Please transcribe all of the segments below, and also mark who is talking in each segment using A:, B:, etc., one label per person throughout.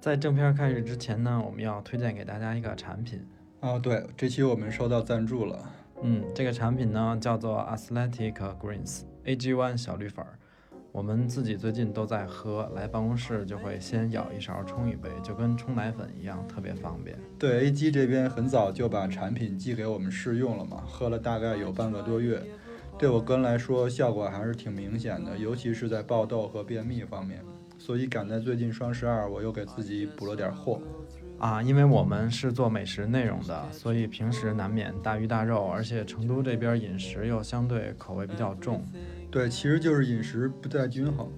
A: 在正片开始之前呢，我们要推荐给大家一个产品。
B: 哦，对，这期我们收到赞助了。
A: 嗯，这个产品呢叫做 Athletic Greens AG1 小绿粉儿。我们自己最近都在喝，来办公室就会先舀一勺冲一杯，就跟冲奶粉一样，特别方便。
B: 对，A G 这边很早就把产品寄给我们试用了嘛，喝了大概有半个多月。对我个人来说，效果还是挺明显的，尤其是在爆痘和便秘方面。所以赶在最近双十二，我又给自己补了点货。
A: 啊，因为我们是做美食内容的，所以平时难免大鱼大肉，而且成都这边饮食又相对口味比较重。
B: 对，其实就是饮食不太均衡。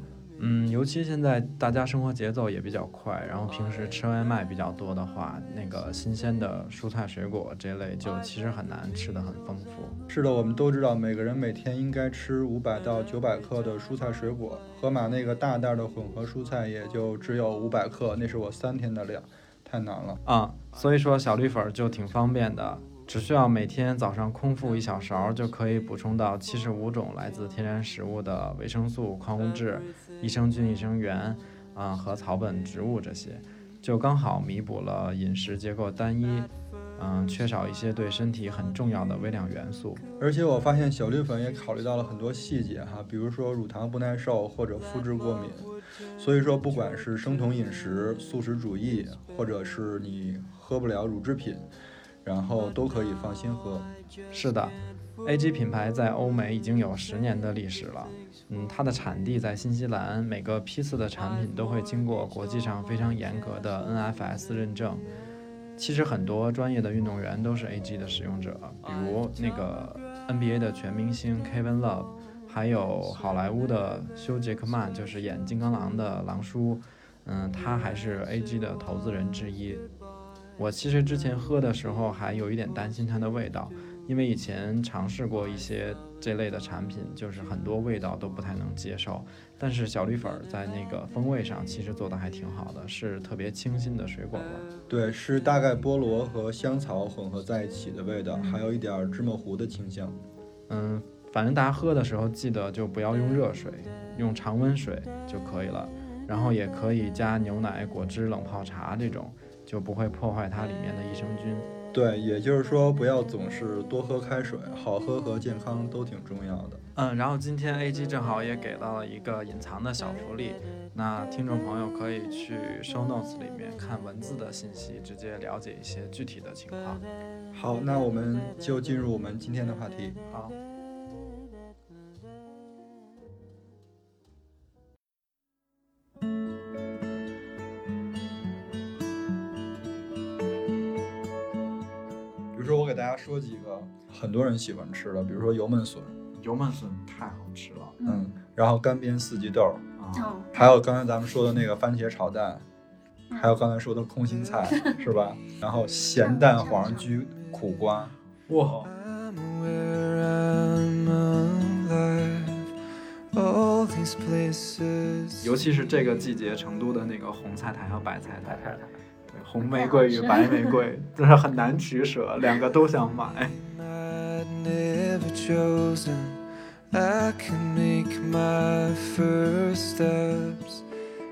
A: 嗯，尤其现在大家生活节奏也比较快，然后平时吃外卖比较多的话，那个新鲜的蔬菜水果这类就其实很难吃得很丰富。
B: 是的，我们都知道每个人每天应该吃五百到九百克的蔬菜水果，盒马那个大袋的混合蔬菜也就只有五百克，那是我三天的量，太难了。
A: 啊、所以说小绿粉儿就挺方便的，只需要每天早上空腹一小勺就可以补充到七十五种来自天然食物的维生素、矿物质、益生菌、益生元，啊、和草本植物这些，就刚好弥补了饮食结构单一，嗯、缺少一些对身体很重要的微量元素。
B: 而且我发现小绿粉也考虑到了很多细节哈，比如说乳糖不耐受或者肤质过敏，所以说不管是生酮饮食、素食主义，或者是你喝不了乳制品，然后都可以放心喝。
A: 是的，AG 品牌在欧美已经有十年的历史了。嗯，它的产地在新西兰，每个批次的产品都会经过国际上非常严格的 NFS 认证。其实很多专业的运动员都是 AG 的使用者，比如那个 NBA 的全明星 Kevin Love，还有好莱坞的休·杰克曼，就是演金刚狼的狼叔。嗯，他还是 AG 的投资人之一。我其实之前喝的时候还有一点担心它的味道，因为以前尝试过一些这类的产品，就是很多味道都不太能接受。但是小绿粉儿在那个风味上其实做的还挺好的，是特别清新的水果味儿。
B: 对，是大概菠萝和香草混合在一起的味道，还有一点儿芝麻糊的清香。
A: 嗯，反正大家喝的时候记得就不要用热水，用常温水就可以了。然后也可以加牛奶、果汁、冷泡茶这种，就不会破坏它里面的益生菌。
B: 对，也就是说不要总是多喝开水，好喝和健康都挺重要的。
A: 嗯，然后今天 AG 正好也给到了一个隐藏的小福利，那听众朋友可以去 Show Notes 里面看文字的信息，直接了解一些具体的情况。
B: 好，那我们就进入我们今天的话题。
A: 好，
B: 比如说，我给大家说几个很多人喜欢吃的，比如说油焖笋，
A: 油焖笋太好吃了
B: 嗯，然后干煸四季豆，
A: 啊！
C: 嗯，
B: 还有刚才咱们说的那个番茄炒蛋，还有刚才说的空心菜，是吧？然后咸蛋黄焗苦瓜，
A: 哇，
D: I'm aware I'm alive. All these places.
A: 尤其是这个季节，成都的那个红菜苔和白菜苔，对，红玫瑰与白玫瑰，真是很难取舍，两个都想买。
D: I'd never chosen. I can make my first steps.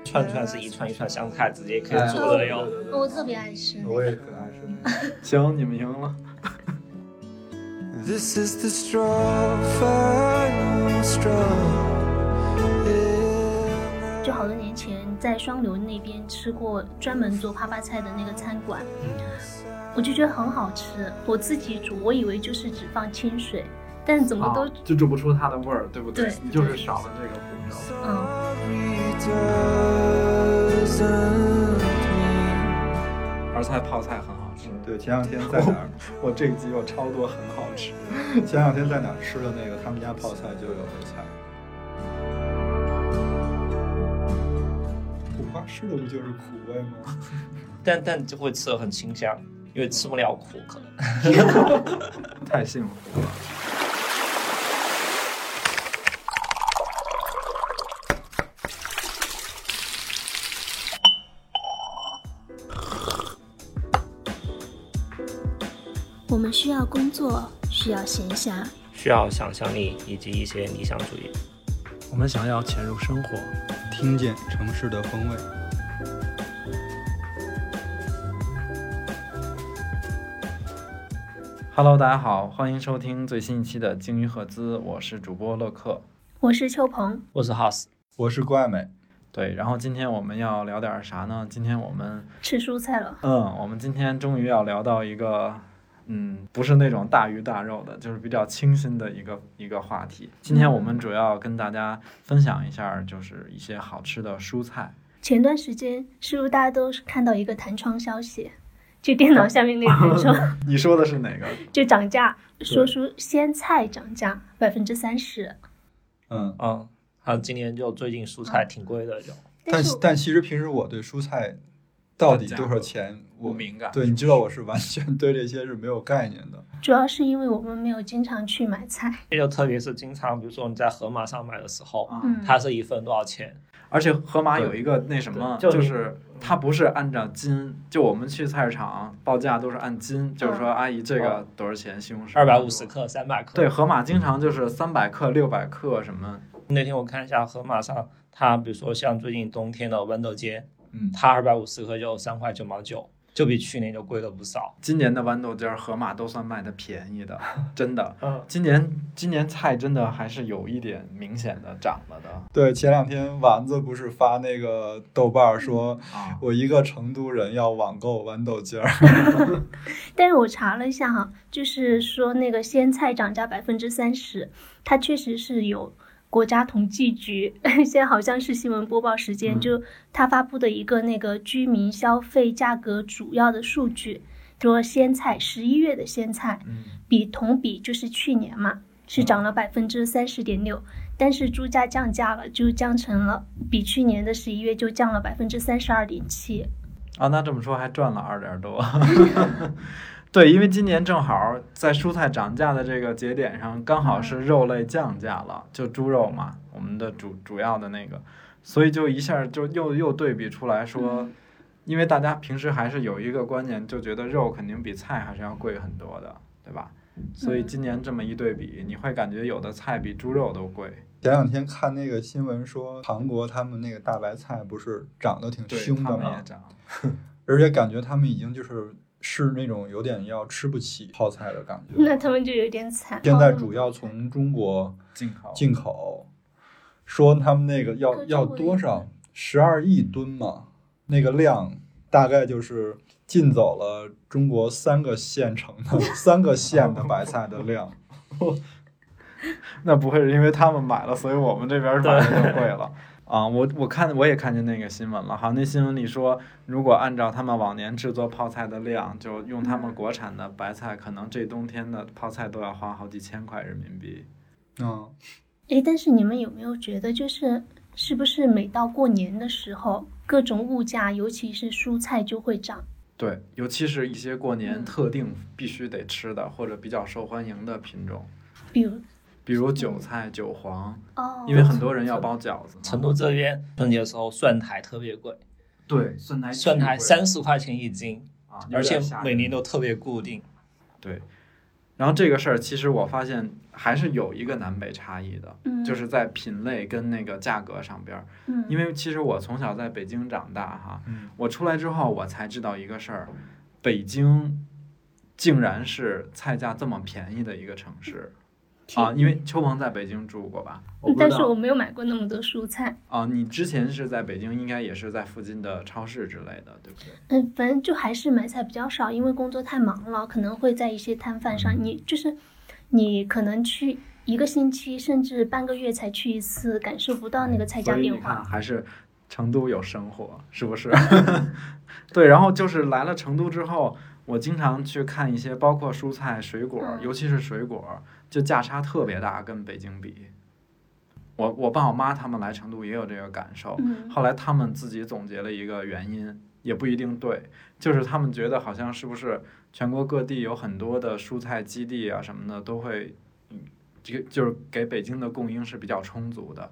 E: 串串是一串一串香菜，直接可以
B: 哎
E: 做了哟。
A: 嗯
C: 哦我特别爱吃。
B: 我也很爱吃那个。
A: 行，你们赢了。
D: This is the straw, final straw. Yeah.
C: 就好多年前在双流那边吃过专门做啪啪菜的那个餐馆，我就觉得很好吃。我自己煮，我以为就是只放清水，但怎么都、
A: 啊、就煮不出它的味儿，对不
C: 对
A: 你就是少了这个步骤。
D: 啊
C: 嗯。
D: Sorry doesn't mean
A: 儿菜泡菜很好吃，
B: 对，前两天在哪儿？
A: 我这一集有超多很好吃。
B: 前两天在哪儿吃的那个他们家泡菜就有的菜。苦瓜吃的不就是苦味吗？
E: 但但就会吃的很清香，因为吃不了苦，可能。
A: 太幸福了。
F: 我们需要工作，需要闲暇，
E: 需要想象力以及一些理想主义。
A: 我们想要潜入生活，
B: 听见城市的风味。
A: Hello，大家好，欢迎收听最新一期的《鲸鱼赫兹》，我是主播乐克。
C: 我是秋鹏，
E: 我是 House，
B: 我是怪美，
A: 对，然后今天我们要聊点啥呢？今天我们，
C: 吃蔬菜了。
A: 嗯，我们今天终于要聊到一个，嗯，不是那种大鱼大肉的，就是比较清新的一个一个话题。今天我们主要跟大家分享一下，就是一些好吃的蔬菜。
C: 前段时间是不是大家都是看到一个弹窗消息，就电脑下面那个弹窗
A: 嗯你说的是哪个？
C: 就涨价，说出鲜菜涨价百分之三十。
B: 嗯，
E: 嗯，还有今年就最近蔬菜挺贵的，就
B: 但
C: 是
B: 但其实平时我对蔬菜到底
A: 的价
B: 多
A: 格
B: 少钱，我
A: 敏感
B: 对，你知道我是完全对这些是没有概念的。
C: 主要是因为我们没有经常去买菜。
E: 也就特别是经常，比如说你在盒马上买的时候，
A: 啊，
C: 嗯，
E: 它是一份多少钱？
A: 而且盒马有一个那什么，
E: 对就
A: 就是是它不是按照斤，就我们去菜市场报价都是按斤，就是说阿姨这个多少钱，西红柿
E: 哦二百五十。克、三百克。
A: 对，，盒马经常就是三百克、六百克什么，
E: 那天我看一下盒马上，它比如说像最近冬天的豌豆尖，
B: 嗯，
E: 它二百五十克就三块九毛九，就比去年就贵了不少。
A: 今年的豌豆尖儿盒马都算卖的便宜 的，真的。
E: 嗯，
A: 今年今年菜真的还是有一点明显的涨了的
B: 对，前两天丸子不是发那个豆瓣儿说，
A: 啊。
B: 我一个成都人要网购豌豆尖儿。
C: 但是我查了一下哈，就是说那个鲜菜涨价百分之三十，它确实是有国家统计局， 现在好像是新闻播报时间，就它发布的一个那个居民消费价格主要的数据，说鲜菜十一月的鲜菜
A: 嗯，
C: 比同比就是去年嘛，是涨了百分之三十点六。但是猪价降价了，就降成了比去年的十一月就降了百分之三十二点七。
A: 啊，那这么说还赚了二点多。 对，因为今年正好在蔬菜涨价的这个节点上，刚好
B: 嗯
A: 是肉类降价了，就猪肉嘛，我们的主主要的那个，所以就一下就又又对比出来说，
B: 嗯
A: 因为大家平时还是有一个观念，就觉得肉肯定比菜还是要贵很多的，对吧？所
B: 嗯
A: 以今年这么一对比，你会感觉有的菜比猪肉都贵。
B: 前两天看那个新闻说，韩国他们那个大白菜不是涨得挺
A: 对，
B: 凶
A: 他
B: 的啊
A: 们
B: 吗
A: 也？涨。
B: 而且感觉他们已经就是是那种有点要吃不起泡菜的感觉。
C: 那他们就有点惨。
B: 现在主要从中国
A: 进口
B: 进口，说他们那个要
C: 各
B: 要
C: 中国
B: 多少十二亿吨嘛，那个量大概就是进走了中国三个县城 的三个县的白菜的量。
A: 那不会是因为他们买了，所以我们这边买的就贵了啊？我我看我也看见那个新闻了，好像那新闻里说，如果按照他们往年制作泡菜的量，就用他
E: 嗯
A: 们国产的白菜，可能这冬天的泡菜都要花好几千块人民币。
B: 嗯，
C: 哎，但是你们有没有觉得，就是是不是每到过年的时候，各种物价，尤其是蔬菜就会涨？
A: 对，尤其是一些过
E: 嗯
A: 年特定必须得吃的或者比较受欢迎的品种，
C: 比如
A: 比如韭菜、韭黄，
C: 哦，
A: 因为很多人要包饺子嘛。
E: 嗯成都这边春节的时候蒜苔特别贵，
A: 对蒜苔
E: 蒜苔
A: 巨贵
E: 三十块钱一斤，
A: 啊，有
E: 而且
A: 点吓人
E: 每年都特别固定。
A: 然后这个事儿，其实我发现还是有一个南北差异的，
C: 嗯
A: 就是在品类跟那个价格上边儿。
C: 嗯，
A: 因为其实我从小在北京长大哈，
B: 嗯
A: 我出来之后我才知道一个事儿，北京竟然是菜价这么便宜的一个城市
C: 天
A: 啊！因为秋鹏在北京住过吧？
C: 嗯
A: 不知
C: 但是
A: 道
C: 我没有买过那么多蔬菜，
A: 啊，你之前是在北京，应该也是在附近的超市之类的，对不对？
C: 嗯，反正就还是买菜比较少，因为工作太忙了，可能会在一些摊贩
A: 嗯
C: 上，你就是你可能去一个星期甚至半个月才去一次，感受不到那个菜
A: 嗯
C: 价
A: 所以你
C: 变
A: 看，
C: 化。
A: 还是成都有生活，是不是？ 对，然后就是来了成都之后，我经常去看一些，包括蔬菜、水果，
C: 嗯
A: 尤其是水果，就价差特别大，跟北京比。我我爸我妈他们来成都也有这个感受，
C: 嗯，
A: 后来他们自己总结了一个原因，也不一定对，就是他们觉得好像是不是全国各地有很多的蔬菜基地啊什么的都会，嗯，这个就是给北京的供应是比较充足的，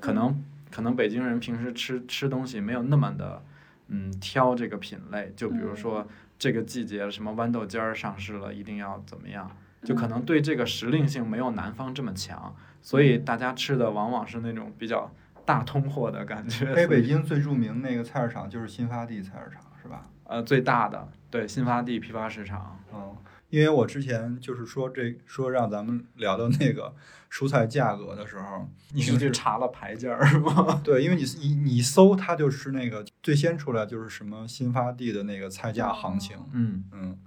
A: 可能可能北京人平时吃吃东西没有那么的，嗯，挑这个品类，就比如说这个季节什么豌豆尖儿上市了，一定要怎么样，就可能对这个时令性没有南方这么强，所以大家吃的往往是那种比较。大通货的感 觉，
B: 黑北京最著名那个菜市场就是新发地菜市场，是吧？
A: 呃最大的对新发地批发市场，
B: 嗯，因为我之前就是说这说让咱们聊到那个蔬菜价格的时候，
A: 你
B: 平
A: 是去
B: 时
A: 查了牌价儿吗？
B: 对，因为你你你搜它就是那个最先出来就是什么新发地的那个菜价行情，
A: 嗯，
B: 嗯，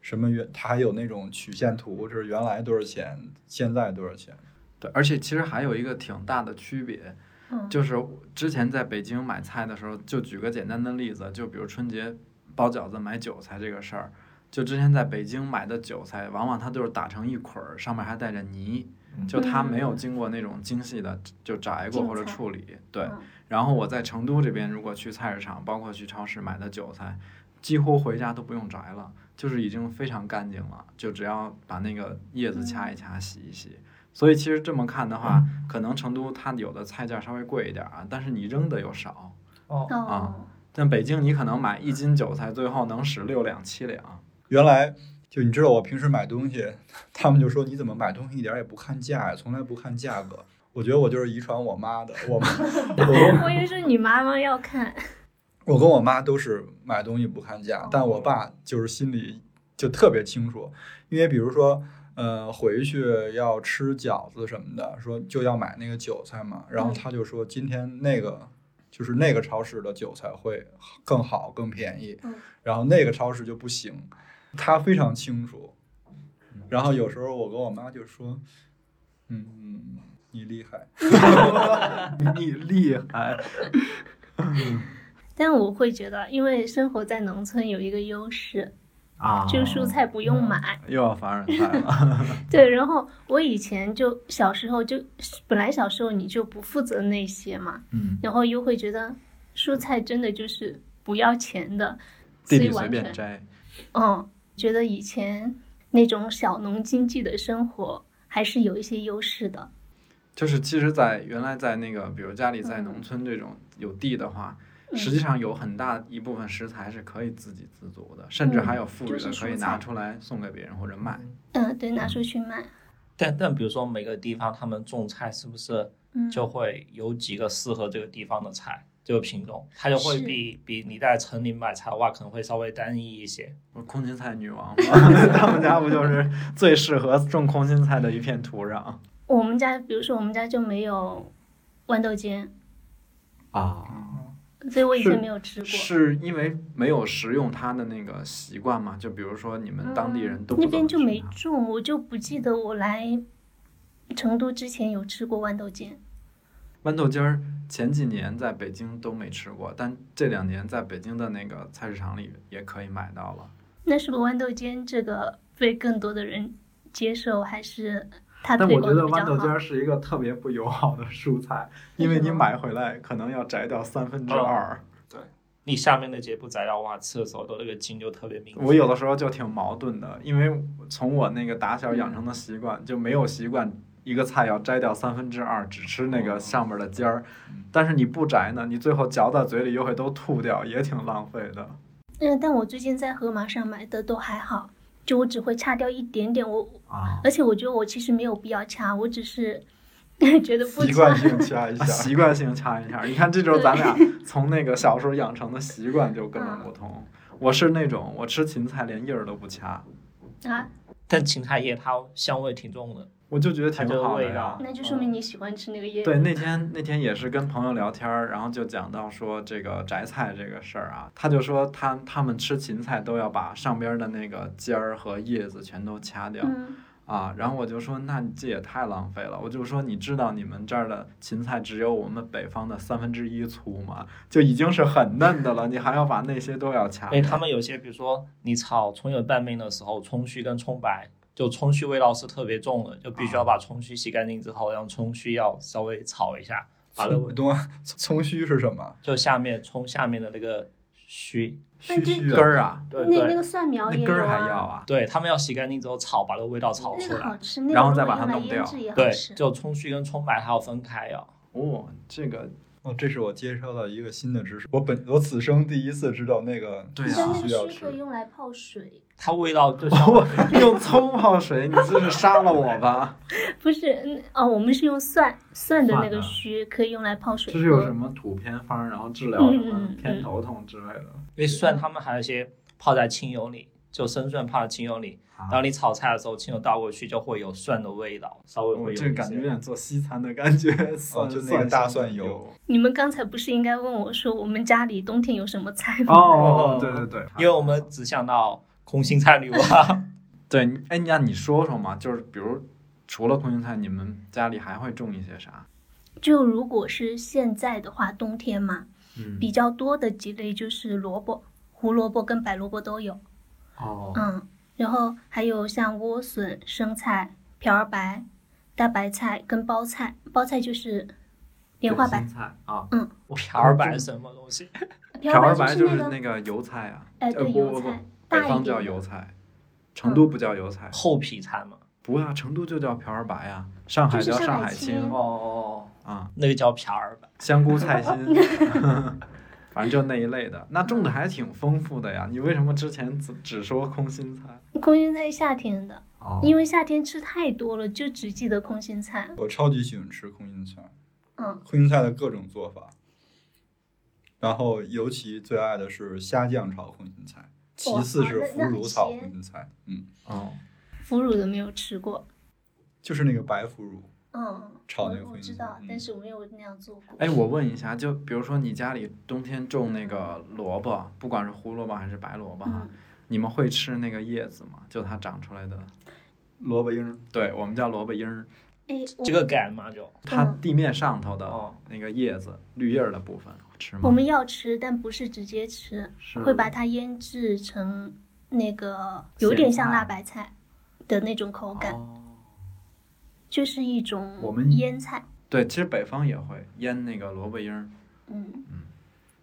B: 什么原它还有那种曲线图，就是原来多少钱，现在多少钱，
A: 对，而且其实还有一个挺大的区别，
C: 嗯，
A: 就是之前在北京买菜的时候，就举个简单的例子，就比如春节包饺子买韭菜这个事儿，就之前在北京买的韭菜，往往它都是打成一捆儿，上面还带着泥，就它没有经过那种精细的就摘过
C: 竞
A: 或者
C: 采
A: 处理。对
C: 嗯，
A: 然后我在成都这边，如果去菜市场，包括去超市买的韭菜，几乎回家都不用摘了，就是已经非常干净了，就只要把那个叶子掐一掐，洗一洗。所以其实这么看的话，可能成都它有的菜价稍微贵一点啊，但是你扔的又少。
E: 哦，
A: 啊但北京你可能买一斤韭菜，最后能使六两七两。
B: 原来就你知道，我平时买东西，他们就说你怎么买东西一点儿也不看价呀，从来不看价格。我觉得我就是遗传我妈的，我妈我
A: 嗯
C: 我也是，你妈妈要看，
B: 我跟我妈都是买东西不看价，
C: 哦
B: 但我爸就是心里就特别清楚，因为比如说。呃，回去要吃饺子什么的，说就要买那个韭菜嘛，然后
C: 嗯
B: 他就说今天那个就是那个超市的韭菜会更好更便宜，
C: 嗯
B: 然后那个超市就不行，他非常清楚。
C: 嗯
B: 然后有时候我跟我妈就说，嗯嗯，你厉害，
A: 你厉害，
C: 但我会觉得，因为生活在农村有一个优势，
A: 啊
C: 就蔬菜不用买。
A: 又要凡尔赛了。
C: 对，然后我以前就小时候就本来小时候你就不负责那些嘛，
A: 嗯，
C: 然后又会觉得蔬菜真的就是不要钱的，
A: 弟
C: 所以
A: 弟随
C: 完
A: 便
C: 全
A: 摘，
C: 嗯，觉得以前那种小农经济的生活还是有一些优势的。
A: 就是其实，在原来在那个，比如家里在
C: 嗯
A: 农村这种有地的话，
C: 嗯
A: 实际上有很大一部分食材是可以自给自足的，甚至还有富
F: 就
A: 裕
F: 是
A: 的可以
F: 蔬
A: 拿
F: 菜
A: 出来送给别人或者卖。
C: 嗯，对，拿出去卖。
E: 但但比如说每个地方他们种菜是不是
C: 嗯，
E: 就会有几个适合这个地方的菜这个品种，它就会
C: 是
E: 比比你在城里买菜的话可能会稍微单一一些。
A: 我空心菜女王嘛， 他们家不就是最适合种空心菜的一片土壤
C: 我们家，比如说我们家就没有豌豆尖，
F: 嗯
A: 啊？
C: 所以我以
A: 是
C: 前没有吃过。
A: 是因为没有食用它的那个习惯嘛？就比如说你们当地人都不
C: 那
A: 怎么
C: 边嗯就
A: 吃
C: 没
A: 它
C: 种，我就不记得我来成都之前有吃过豌豆尖。
A: 豌豆尖儿前几年在北京都没吃过，但这两年在北京的那个菜市场里也可以买到了。
C: 那是不是豌豆尖这个被更多的人接受，还是它
A: 但
C: 推
A: 我
C: 广
A: 觉得
C: 的比
A: 豌
C: 较
A: 豆尖
C: 好？
A: 儿是一个特别不友好的蔬菜，
C: 为
A: 因为你
C: 什么
A: 买回来可能要摘掉三分之二。
E: 你下面那节不摘掉哇，吃的时候都那个筋就特别明显。
A: 我有的时候就挺矛盾的，因为从我那个打小养成的习惯，就没有习惯一个菜要摘掉三分之二，只吃那个上面的尖儿。但是你不摘呢，你最后嚼在嘴里又会都吐掉，也挺浪费的。
C: 嗯，但我最近在盒马上买的都还好，就我只会掐掉一点点。我
A: 啊，
C: 而且我觉得我其实没有必要掐，我只是 觉得不
B: 习惯
C: 掐。
B: 性掐 一下。
A: 啊习惯性掐一下。你看，这就是咱俩从那个小时候养成的习惯就根
C: 嗯
A: 本不同。我是那种我吃芹菜连叶儿都不掐，
C: 啊，
E: 但芹菜叶它香味挺重的，
A: 我就觉得挺
E: 它就
A: 好的
E: 味
A: 呀
E: 道。
C: 那就说明你喜欢吃那个叶。
A: 对，那天那天也是跟朋友聊天儿，然后就讲到说这个摘菜这个事儿啊，他就说他他们吃芹菜都要把上边儿的那个尖儿和叶子全都掐掉、
C: 嗯，
A: 啊，然后我就说那你这也太浪费了，我就说你知道你们这儿的芹菜只有我们北方的三分之一粗吗？就已经是很嫩的了，你还要把那些都要掐
E: 因为
A: 掉。
E: 哎他们有些比如说你炒葱油拌面的时候，葱须跟葱白。就葱须味道是特别重的，就必
A: 哦
E: 须要把葱须洗干净之后，让葱须要稍微炒一下，把那个
B: 葱东葱须是什么？
E: 就下面葱下面的那个须，
C: 那
B: 须
C: 这
B: 须
A: 根
B: 啊
A: 儿啊，
E: 对
F: 那那
E: 对
F: 个蒜苗
C: 哦
A: 那
F: 也
A: 根
F: 有
A: 儿还要
F: 啊，
A: 啊，
E: 对，他们要洗干净之后炒，把那个味道炒
F: 那
E: 出
F: 个好
E: 来。
F: 吃，那个
A: 然后再
F: 如果
A: 把
F: 用
A: 它
F: 来
A: 弄
F: 腌
A: 掉
F: 制也好
E: 对
F: 吃，。
E: 就葱须跟葱白还要分开呀、
A: 哦，这个
B: 哦，这是我接收到一个新的知识，我本我此生第一次知道那个
A: 对
F: 但
A: 啊
F: 那
B: 须要
F: 个须可以
B: 吃。
F: 用来泡水，
E: 它味道就 像
A: 我用葱泡水，你这是杀了我吧？
C: 不是，嗯哦，我们是用蒜蒜的那
A: 蒜
C: 个
A: 啊
C: 须，可以用来泡水
A: 这
C: 喝。
A: 是有什么土偏方，然后治疗什么
C: 嗯嗯嗯
A: 偏头痛之类的？
E: 因为蒜他们还有一些泡在清油里，就生蒜泡在清油里，
A: 啊
E: 然后你炒菜的时候，清油倒过去就会有蒜的味道，稍微会有
A: 我
E: 一
A: 哦这
E: 些。
A: 个感觉有点做西餐的感觉， 蒜、
B: 就那个大蒜油
A: 油。
C: 你们刚才不是应该问我说我们家里冬天有什么菜吗？
A: 哦，对对对，
E: 因为我们只想到空心菜女王。
A: 对，你哎，那你说说嘛，就是比如除了空心菜，你们家里还会种一些啥？
C: 就如果是现在的话，冬天嘛，
A: 嗯，
C: 比较多的几类就是萝卜，胡萝卜跟白萝卜都有。
A: 哦，
C: 嗯，然后还有像莴笋、生菜、瓢儿白、大白菜跟包菜，包菜就是莲花白
A: 青，菜啊，
E: 瓢儿白什么东西？
A: 瓢儿
C: 儿
A: 白
C: 就是那个，
A: 那个油菜啊，
C: 哎，
A: 呃
C: 对，
A: 不
C: 油
A: 不不
C: 菜，，
A: 北
C: 大一
A: 方
C: 点
A: 叫
C: 的嗯
A: 油菜，成都不叫油菜，
E: 厚皮菜嘛。
A: 不啊，成都就叫瓢儿白啊，上海
F: 就是
A: 叫
F: 上
A: 上
F: 海
A: 海
F: 青
A: 青
E: 哦哦，
A: 啊，
E: 那个叫瓢儿白。
A: 香菇菜 心， 反正就那一类的，那种的还挺丰富的呀。你为什么之前只只说空心菜？
C: 空心菜夏天的，
A: 哦
C: 因为夏天吃太多了，就只记得空心菜。
B: 我超级喜欢吃空心菜，
C: 嗯，
B: 空心菜的各种做法。然后尤其最爱的是虾酱炒空心菜，其次是腐乳炒空心菜，嗯，
A: 哦，
C: 腐乳的没有吃过。
B: 就是那个白腐乳，
C: 嗯，
B: 炒
C: 我
B: 那个
C: 我
B: 会
C: 知道
B: 嗯，
C: 但是我没有那样做过。
A: 哎，我问一下，就比如说你家里冬天种那个萝卜，不管是胡萝卜还是白萝卜哈，
C: 嗯，
A: 你们会吃那个叶子吗？就它长出来的，
B: 萝卜缨儿。
A: 对我们叫萝卜缨儿，
C: 哎，我
E: 这个改嘛就
A: 它
C: 嗯
A: 地面上头的
E: 哦
A: 那个叶子、绿叶儿的部分吃吗？
C: 我们要吃，但不是直接吃，
A: 是
C: 会把它腌制成那个有点像辣白菜的那种口感，
A: 哦
C: 就是一
A: 我
C: 种
A: 们
C: 腌菜。
A: 对，其实北方也会腌那个萝卜缨儿。
C: 嗯，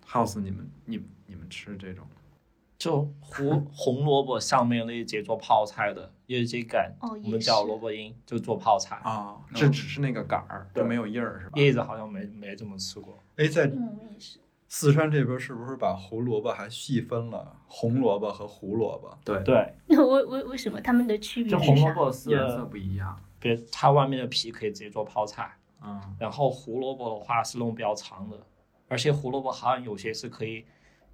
A: House，你们你你们吃这种？
E: 就胡红萝卜上面那一节做泡菜的，也有这感，
C: 哦
E: 我
C: 也
E: 们叫
C: 是
E: 萝卜缨，就做泡菜。
A: 啊，这只是那个杆儿，
E: 对
A: 就没有叶儿是吧？
E: 叶子好像没没怎么吃过，
B: 哎，在
C: 嗯，我也 是。
B: 四川这边是不是把胡萝卜还细分了红萝卜和胡萝卜？
A: 对，
E: 对，
C: 那为为为什么他们的区别
E: 就是红萝
C: 啥？
E: 卜是
A: 颜色不一样。
E: 别它外面的皮可以直接做泡菜，
A: 嗯，
E: 然后胡萝卜的话是弄比较长的，而且胡萝卜好像有些是可以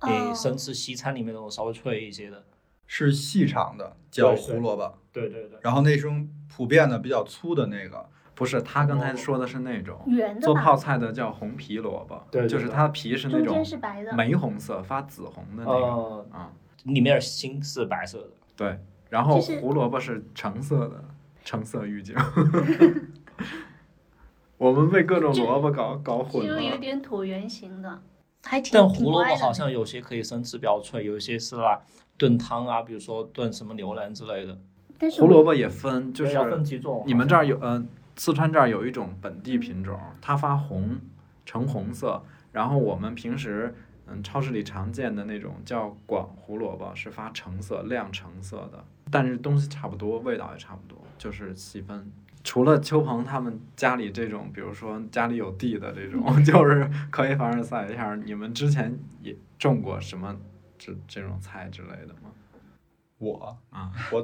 E: 给
C: 哦
E: 生吃西餐里面那种稍微脆一些的。
B: 是细长的，叫
E: 对对
B: 胡萝卜。
E: 对对对，
B: 然后那种普遍的比较粗的那个，
A: 不是，他刚才说的是那种
C: 圆的
A: 做泡
C: 吧，
A: 菜的叫红皮萝卜，
E: 对对
A: 就是
E: 对
A: 它皮是那
C: 中间
A: 种
C: 是白的。
A: 玫红色发紫红的那个，
E: 呃，
A: 嗯，
E: 里面心是白色的。
A: 对。然后
C: 就是
A: 胡萝卜是橙色的，橙色预 警。我们被各种萝卜搞搞
C: 就
A: 混
C: 有
A: 了。
C: 点椭圆形的，还挺。
E: 但
C: 挺
E: 胡萝
C: 歪
E: 卜
C: 的
E: 好像有些可以生吃比较脆，有一些是啦炖汤啊，比如说炖什么牛腩之类的。
C: 但是
A: 胡萝
C: 卜
A: 卜也分，就是
E: 要分几种。啊
A: 你们这儿有呃，四川这儿有一种本地品种，它发红，呈红色。然后我们平时嗯，超市里常见的那种叫广胡萝卜，是发橙色、亮橙色的，但是东西差不多，味道也差不多，就是细分。除了秋鹏他们家里这种，比如说家里有地的这种， 就是可以凡尔赛一下。你们之前也种过什么这这种菜之类的吗？
B: 我
A: 啊，
B: 我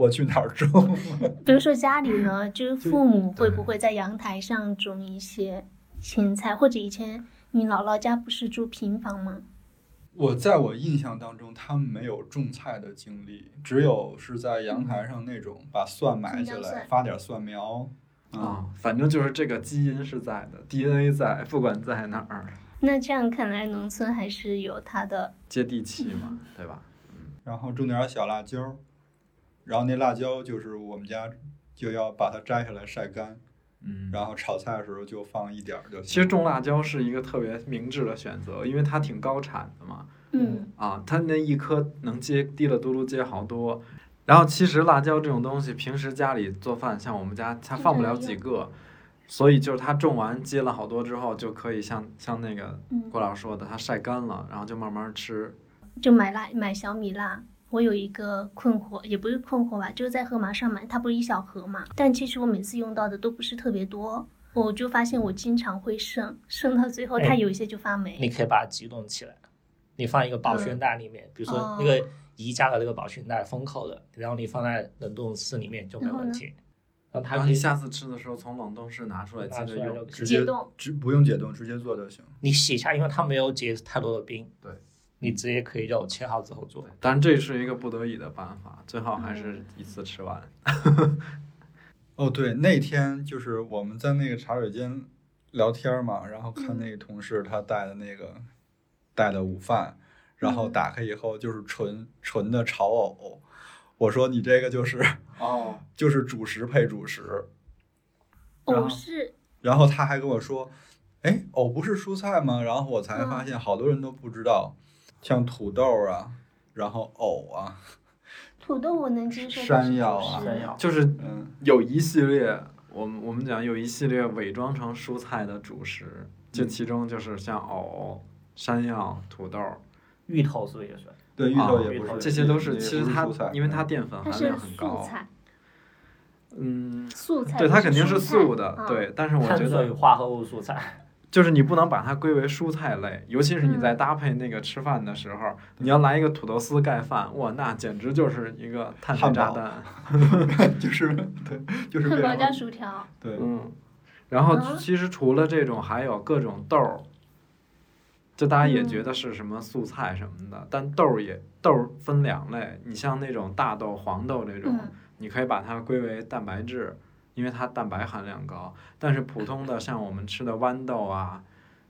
B: 我去哪儿种？
C: 比如说家里呢，就是父母会不会在阳台上种一些芹菜，或者以前你姥姥家不是住平房吗？
B: 我在我印象当中，他们没有种菜的经历，只有是在阳台上那种把蒜埋起
C: 葱姜
B: 来，
C: 蒜
B: 发点蒜苗。啊、
A: 啊，反正就是这个基因是在的，DNA 在，不管在哪儿，
C: 那这样看来，农村还是有它的。
A: 接地气嘛，对吧？
B: 然后种点小辣椒，然后那辣椒就是我们家就要把它摘下来晒干，
A: 嗯，
B: 然后炒菜的时候就放一点儿就行。
A: 其实种辣椒是一个特别明智的选择，因为它挺高产的嘛，
C: 嗯，
A: 啊，它那一颗能接滴了嘟噜接好多。然后其实辣椒这种东西，平时家里做饭，像我们家它放不了几个，所以就是它种完接了好多之后，就可以像像那个
C: 嗯
A: 郭老师说的，它晒干了，然后就慢慢吃。
C: 就买辣买小米辣。我有一个困惑，也不是困惑吧，就是在盒马上买，它不是一小盒嘛，但其实我每次用到的都不是特别多，我就发现我经常会剩，剩到最后它
E: 哎
C: 有一些就发霉。
E: 你可以把它集中起来，你放一个保鲜袋里面，比如说那个宜家的那个保鲜袋封口的，然后你放在冷冻室里面就没问题。然后它
A: 然后
E: 可
A: 你
E: 以，
A: 下次吃的时候，从冷冻室拿出来，
E: 拿
A: 接
E: 出
A: 着
E: 来
A: 用
E: 就。可
B: 直
E: 以。
B: 接
C: 解冻
B: 直不用解冻，直接做就行。
E: 你洗一下，因为它没有结太多的冰。
A: 对。
E: 你直接可以就切好之后做。
A: 当然这是一个不得已的办法，最好还是一次吃完。
B: 哦，对，那天就是我们在那个茶水间聊天嘛，然后
A: 嗯
B: 看那个同事他带的那个带的午饭，然
A: 嗯
B: 后打开以后就是纯纯的炒藕。我说你这个就是
A: 哦，
B: 就是主食配主食，然后
C: 偶是
B: 然后他还跟我说，哎，藕不是蔬菜吗？然后我才
A: 嗯
B: 发现好多人都不知道，像土豆啊，然后藕啊，
C: 土豆，我能接受的
B: 山
C: 是
B: 药
C: 主
B: 啊
C: 食
E: 山药
A: 就是
B: 嗯，
A: 有一系列，我们我们讲有一系列伪装成蔬菜的主食，就其中就是像藕、山药、土豆，
E: 芋头是不是也算？
B: 对，芋头也
E: 芋
B: 不
E: 头
B: 是，
A: 啊这些都是
B: 也不
A: 其实它
B: 蔬菜，
A: 因为它
B: 嗯
A: 淀粉
C: 它
A: 含
C: 是
A: 量很
C: 素
A: 高，
C: 菜，
A: 嗯，
C: 素菜
A: 对，它肯定
C: 是
A: 是素的，
C: 啊、。
A: 对， 但是我觉
E: 碳水
A: 得
E: 化合物蔬菜，
A: 就是你不能把它归为蔬菜类，尤其是你
C: 嗯
A: 在搭配那个吃饭的时候，你要来一个土豆丝盖饭，哇，那简直就是一个碳水
B: 汉
A: 炸
B: 堡
A: 弹，
B: 就是对，就是
C: 汉
B: 变
C: 堡加
B: 成
C: 薯条，
B: 对，
A: 嗯，然后
C: 啊
A: 其实除了这种，还有各种豆儿，就大家也觉
C: 嗯
A: 得是什么素菜什么的，但豆儿也豆儿分两类，你像那种大豆、黄豆这种，
C: 嗯
A: 你可以把它归为蛋白质，因为它蛋白含量高。但是普通的像我们吃的豌豆啊，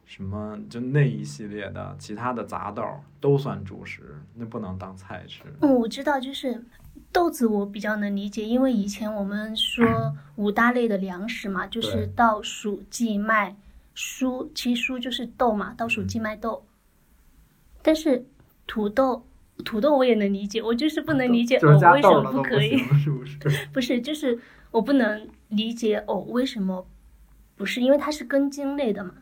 A: 什么就那一系列的其他的杂豆儿都算主食，那不能当菜吃。
C: 嗯，我知道，就是豆子我比较能理解，因为以前我们说五大类的粮食嘛，就
B: 对
C: 是稻、黍、稷、麦、黍，其实黍就是豆嘛，稻、黍、
A: 嗯
C: 稷、麦、豆。但是土豆，土豆我也能理解，我就是不能理解
A: 就是
C: 藕
A: 加
C: 为什
A: 豆儿
C: 么
A: 的都
C: 可以，
A: 行，是不是？
C: 不是，就是我不能理解藕为什么不是，因为它是根茎类的嘛。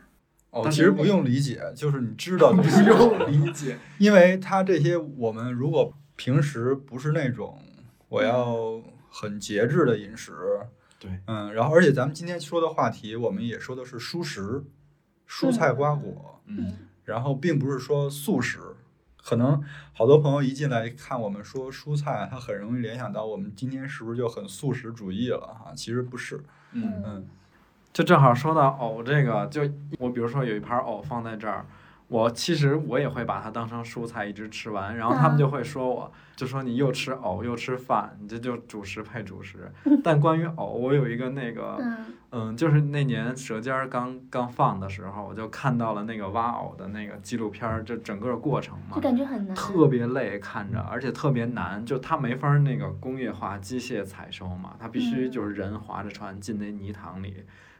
B: 哦，
A: 但
B: 其
A: 是
B: 实不用理解，就是你知 道就行，不用理解，因为它这些我们如果平时不是那种我要很节制的饮食，
A: 对，
B: 嗯，然后而且咱们今天说的话题，我们也说的是蔬食，蔬菜瓜果，
A: 嗯，
B: 然后并不是说素食。可能好多朋友一进来看我们说蔬菜，他很容易联想到我们今天是不是就很素食主义了哈、其实不是，
A: 嗯
B: 嗯，
A: 就正好说到藕这个，就我比如说有一盘藕放在这儿，我其实我也会把它当成蔬菜一直吃完，然后他们就会说我，就说你又吃藕又吃饭，你这就主食配主食。但关于藕，我有一个那个，
C: 嗯，
A: 嗯，就是那年《舌尖》儿刚刚放的时候，我就看到了那个挖藕的那个纪录片儿，就整个过程嘛
C: 就，感觉很难。
A: 特别累，看着，而且特别难，就它没法儿那个工业化机械采收嘛，它必须
C: 嗯
A: 就是人划着船进那泥塘里。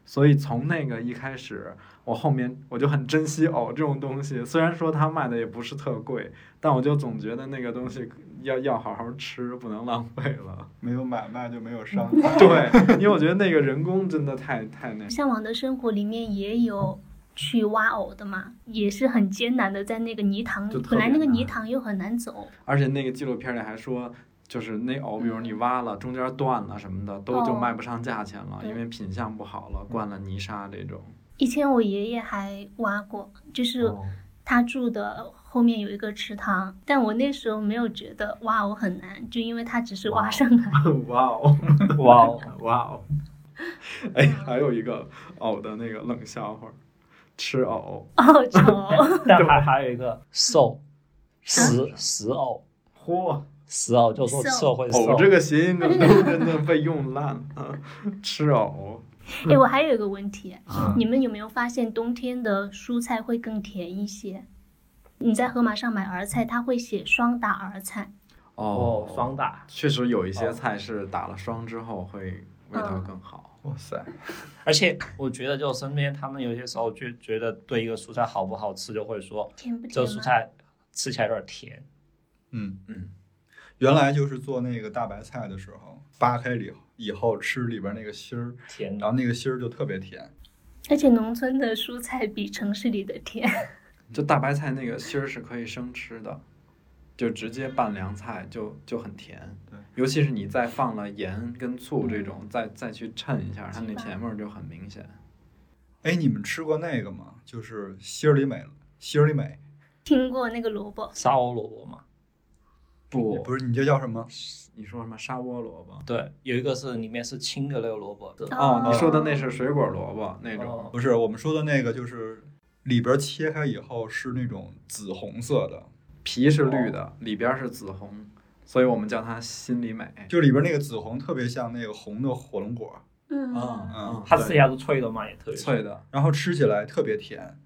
A: 所以从那个一开始，我后面我就很珍惜藕这种东西，虽然说它卖的也不是特贵，但我就总觉得那个东西要要好好吃，不能浪费了。
B: 没有买卖就没有伤害。
A: 对，因为我觉得那个人工真的太太那
C: 《向往的生活》里面也有去挖藕的嘛，也是很艰难的，在那个泥塘
A: 就
C: 里，
A: 特别
C: 本来那个泥
A: 难
C: 塘又很难走，
A: 而且那个纪录片里还说，就是那藕，比如你挖了，中间断了什么的，都就
C: 哦
A: 卖不上价钱了，
C: 对
A: 因为品相不好了，灌了泥沙这种。
C: 以前我爷爷还挖过，就是
A: 哦
C: 他住的后面有一个池塘，但我那时候没有觉得挖藕很难，就因为他只是
A: 哇
C: 挖
A: 哦
C: 上来。
A: 哇哦，
E: 哇哦，
A: 哇哦！ 哎，还有一个藕的那个冷笑话，吃藕，
C: 哦，这种
E: 但还还有一个 啊瘦，死死偶，
A: 嚯，
E: 死偶就说
C: 瘦
E: 社会瘦
A: 藕，哦这个谐音梗都真的被用烂了， 吃藕。
C: 哎，我还有一个问题，你们有没有发现冬天的蔬菜会更甜一些？你在盒马上买儿菜，它会写双打儿菜，
E: 哦，双打，
A: 确实有一些菜是打了霜之后会味道
C: 嗯
A: 更好。
B: 哇塞，
E: 而且我觉得就身边他们有些时候就觉得对一个蔬菜好不好吃，就会说
C: 甜不甜
E: 这个蔬
C: 吗？
E: 菜吃起来有点甜，
B: 嗯
A: 嗯，
B: 原来就是做那个大白菜的时候，扒开里以后吃里边那个芯儿，
E: 甜
B: 然
E: 的
B: 后那个芯儿就特别甜。
C: 而且农村的蔬菜比城市里的甜。
A: 就大白菜那个芯儿是可以生吃的，就直接拌凉菜就就很甜。
B: 对，
A: 尤其是你再放了盐跟醋这种，再再去衬一下，它那
C: 是吧
A: 甜味儿就很明显。
B: 哎，你们吃过那个吗？就是芯儿里美，芯儿里美，
C: 听过那个萝卜，
E: 沙窝萝卜嘛。
A: 不
B: 不是你这叫什么？
A: 你说什么沙窝萝卜？
E: 对，有一个是里面是青的那个萝卜，
A: 哦，你说的那是水果萝卜那种。
E: 哦
B: 不是我们说的那个，就是里边切开以后是那种紫红色的，
A: 皮是绿的，里边是紫红，所以我们叫它心里美。
B: 就里边那个紫红特别像那个红的火龙
A: 啊
B: 果，
F: 嗯，
B: 嗯，
E: 它
B: 对
E: 吃起来是脆的嘛，也特别
A: 脆的，
B: 然后吃起来特别甜，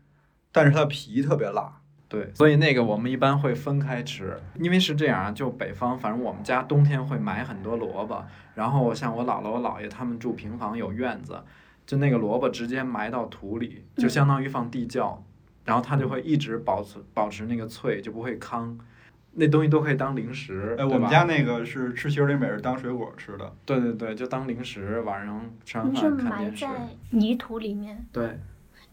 B: 但是它的皮特别辣。
A: 对，所以那个我们一般会分开吃，因为是这样啊，就北方，反正我们家冬天会买很多萝卜，然后像我姥姥、我姥爷他们住平房有院子，就那个萝卜直接埋到土里，就相当于放地窖，然后它就会一直保存保持那个脆，就不会糠。那东西都可以当零食，对
B: 哎，我们
A: 吧
B: 家那个是吃西尔里美是当水果吃的，
A: 对对对，就当零食，晚上吃完
F: 你说
A: 饭看
F: 埋
A: 电视。
F: 在
C: 泥土里面。
A: 对，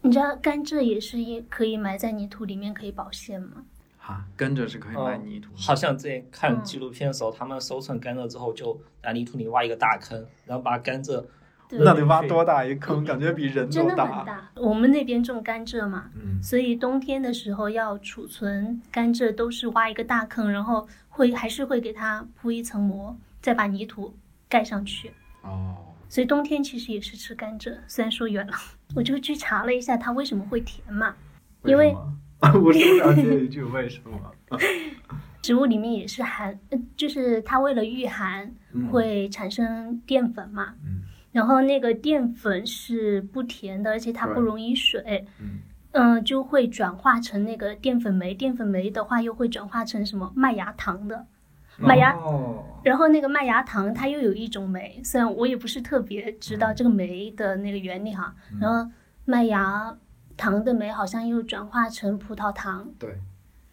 C: 你知道甘蔗也是也可以埋在泥土里面可以保鲜吗？
A: 啊，跟着是可以埋
E: 哦
A: 泥土的。
E: 好像之前看
C: 嗯
E: 纪录片的时候，他们收成甘蔗之后，就拿泥土里挖一个大坑，然后把甘蔗
C: 对，
A: 那得挖多大一坑？感觉比人
F: 真
A: 都
F: 的很大，
C: 我们那边种甘蔗嘛，
A: 嗯，
C: 所以冬天的时候要储存甘蔗，都是挖一个大坑，然后会还是会给它铺一层膜，再把泥土盖上去。
A: 哦，
C: 所以冬天其实也是吃甘蔗，虽然说远了，我就去查了一下它为什么会甜嘛，因为
A: 什么我是不了解一句为什么。
C: 植物里面也是含，呃就是它为了御寒
A: 嗯
C: 会产生淀粉嘛，
A: 嗯
C: 然后那个淀粉是不甜的，而且它
A: 对
C: 不溶于水，
A: 嗯
C: 嗯、就会转化成那个淀粉酶，淀粉酶的话又会转化成什么麦芽糖的，
A: 嗯
C: 麦芽
B: 哦，
C: 然后那个麦芽糖它又有一种酶，虽然我也不是特别知道这个酶的那个原理哈，
A: 嗯
C: 然后麦芽糖的酶好像又转化成葡萄糖，
A: 对，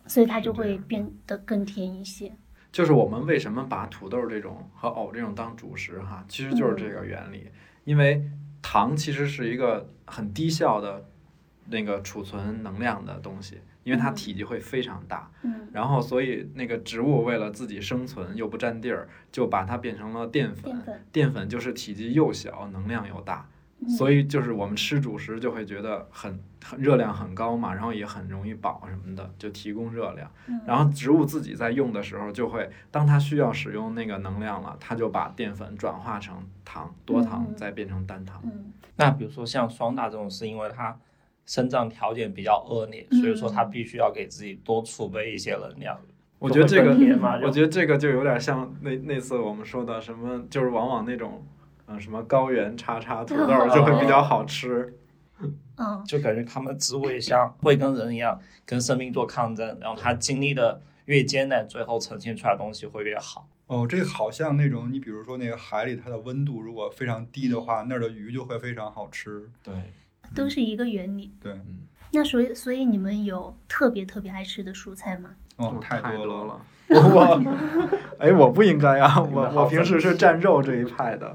C: 所以它就是
A: 这
C: 会
A: 样的
C: 变得更甜一些。
A: 就是我们为什么把土豆这种和藕这种当主食哈，其实就是
C: 嗯
A: 这个原理。因为糖其实是一个很低效的那个储存能量的东西，因为它
C: 嗯
A: 体积会非常大。
C: 嗯，
A: 然后所以那个植物为了自己生存又不占地儿，就把它变成了淀粉。
C: 淀粉，
A: 淀粉就是体积又小，能量又大，
C: 嗯
A: 所以就是我们吃主食就会觉得很很热量很高嘛，然后也很容易饱什么的，就提供热量。然后植物自己在用的时候，就会当它需要使用那个能量了，它就把淀粉转化成糖，多糖
C: 嗯
A: 再变成单糖。
C: 嗯
E: 那比如说像双大这种，是因为它生长条件比较恶劣，
C: 嗯
E: 所以说它必须要给自己多储备一些能量。
A: 我觉得这个
E: 就会更 甜嘛，
A: 我
E: 就
A: 觉得这个就有点像那那次我们说的什么，就是往往那种。嗯，什么高原叉叉土豆就会比较好吃，
C: 嗯，
E: 就感觉它们植物也像会跟人一样，跟生命做抗争，然后它经历的越艰难，最后呈现出来的东西会越好。
B: 哦，这个好像那种你比如说那个海里它的温度如果非常低的话，那儿的鱼就会非常好吃。
A: 对，
C: 都是一个原理。
B: 对，
C: 那所以所以你们有特别特别爱吃的蔬菜吗？
B: 哦，
A: 太
B: 多
A: 多
B: 了。
A: 了。我 我，哎，我不应该啊，
E: 你们
A: 我
E: 好
A: 我平时是蘸肉这一派的，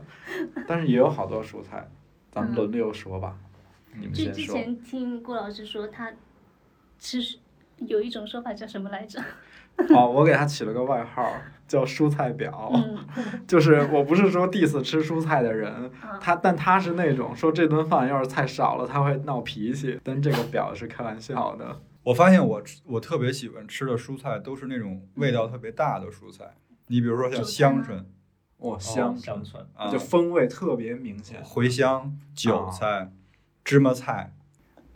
A: 但是也有好多蔬菜，咱
E: 嗯
A: 们轮流说吧。你们
C: 就
A: 先
C: 之
A: 说。
C: 前听郭老师说他吃有一种说法叫什么来着？
A: 哦，我给它起了个外号叫蔬菜婊，
C: 嗯
A: 就是我不是说 diss 吃蔬菜的人，
C: 啊，
A: 他但他是那种说这顿饭要是菜少了他会闹脾气，但这个婊是开玩笑的。
B: 我发现我吃我特别喜欢吃的蔬菜都是那种味道特别大的蔬菜，你比如说像香
C: 韭菜
B: 椿
A: 哇，香
E: 哦香椿，
B: 啊
A: 就、风味特别明显，
B: 茴香、韭菜、芝麻菜、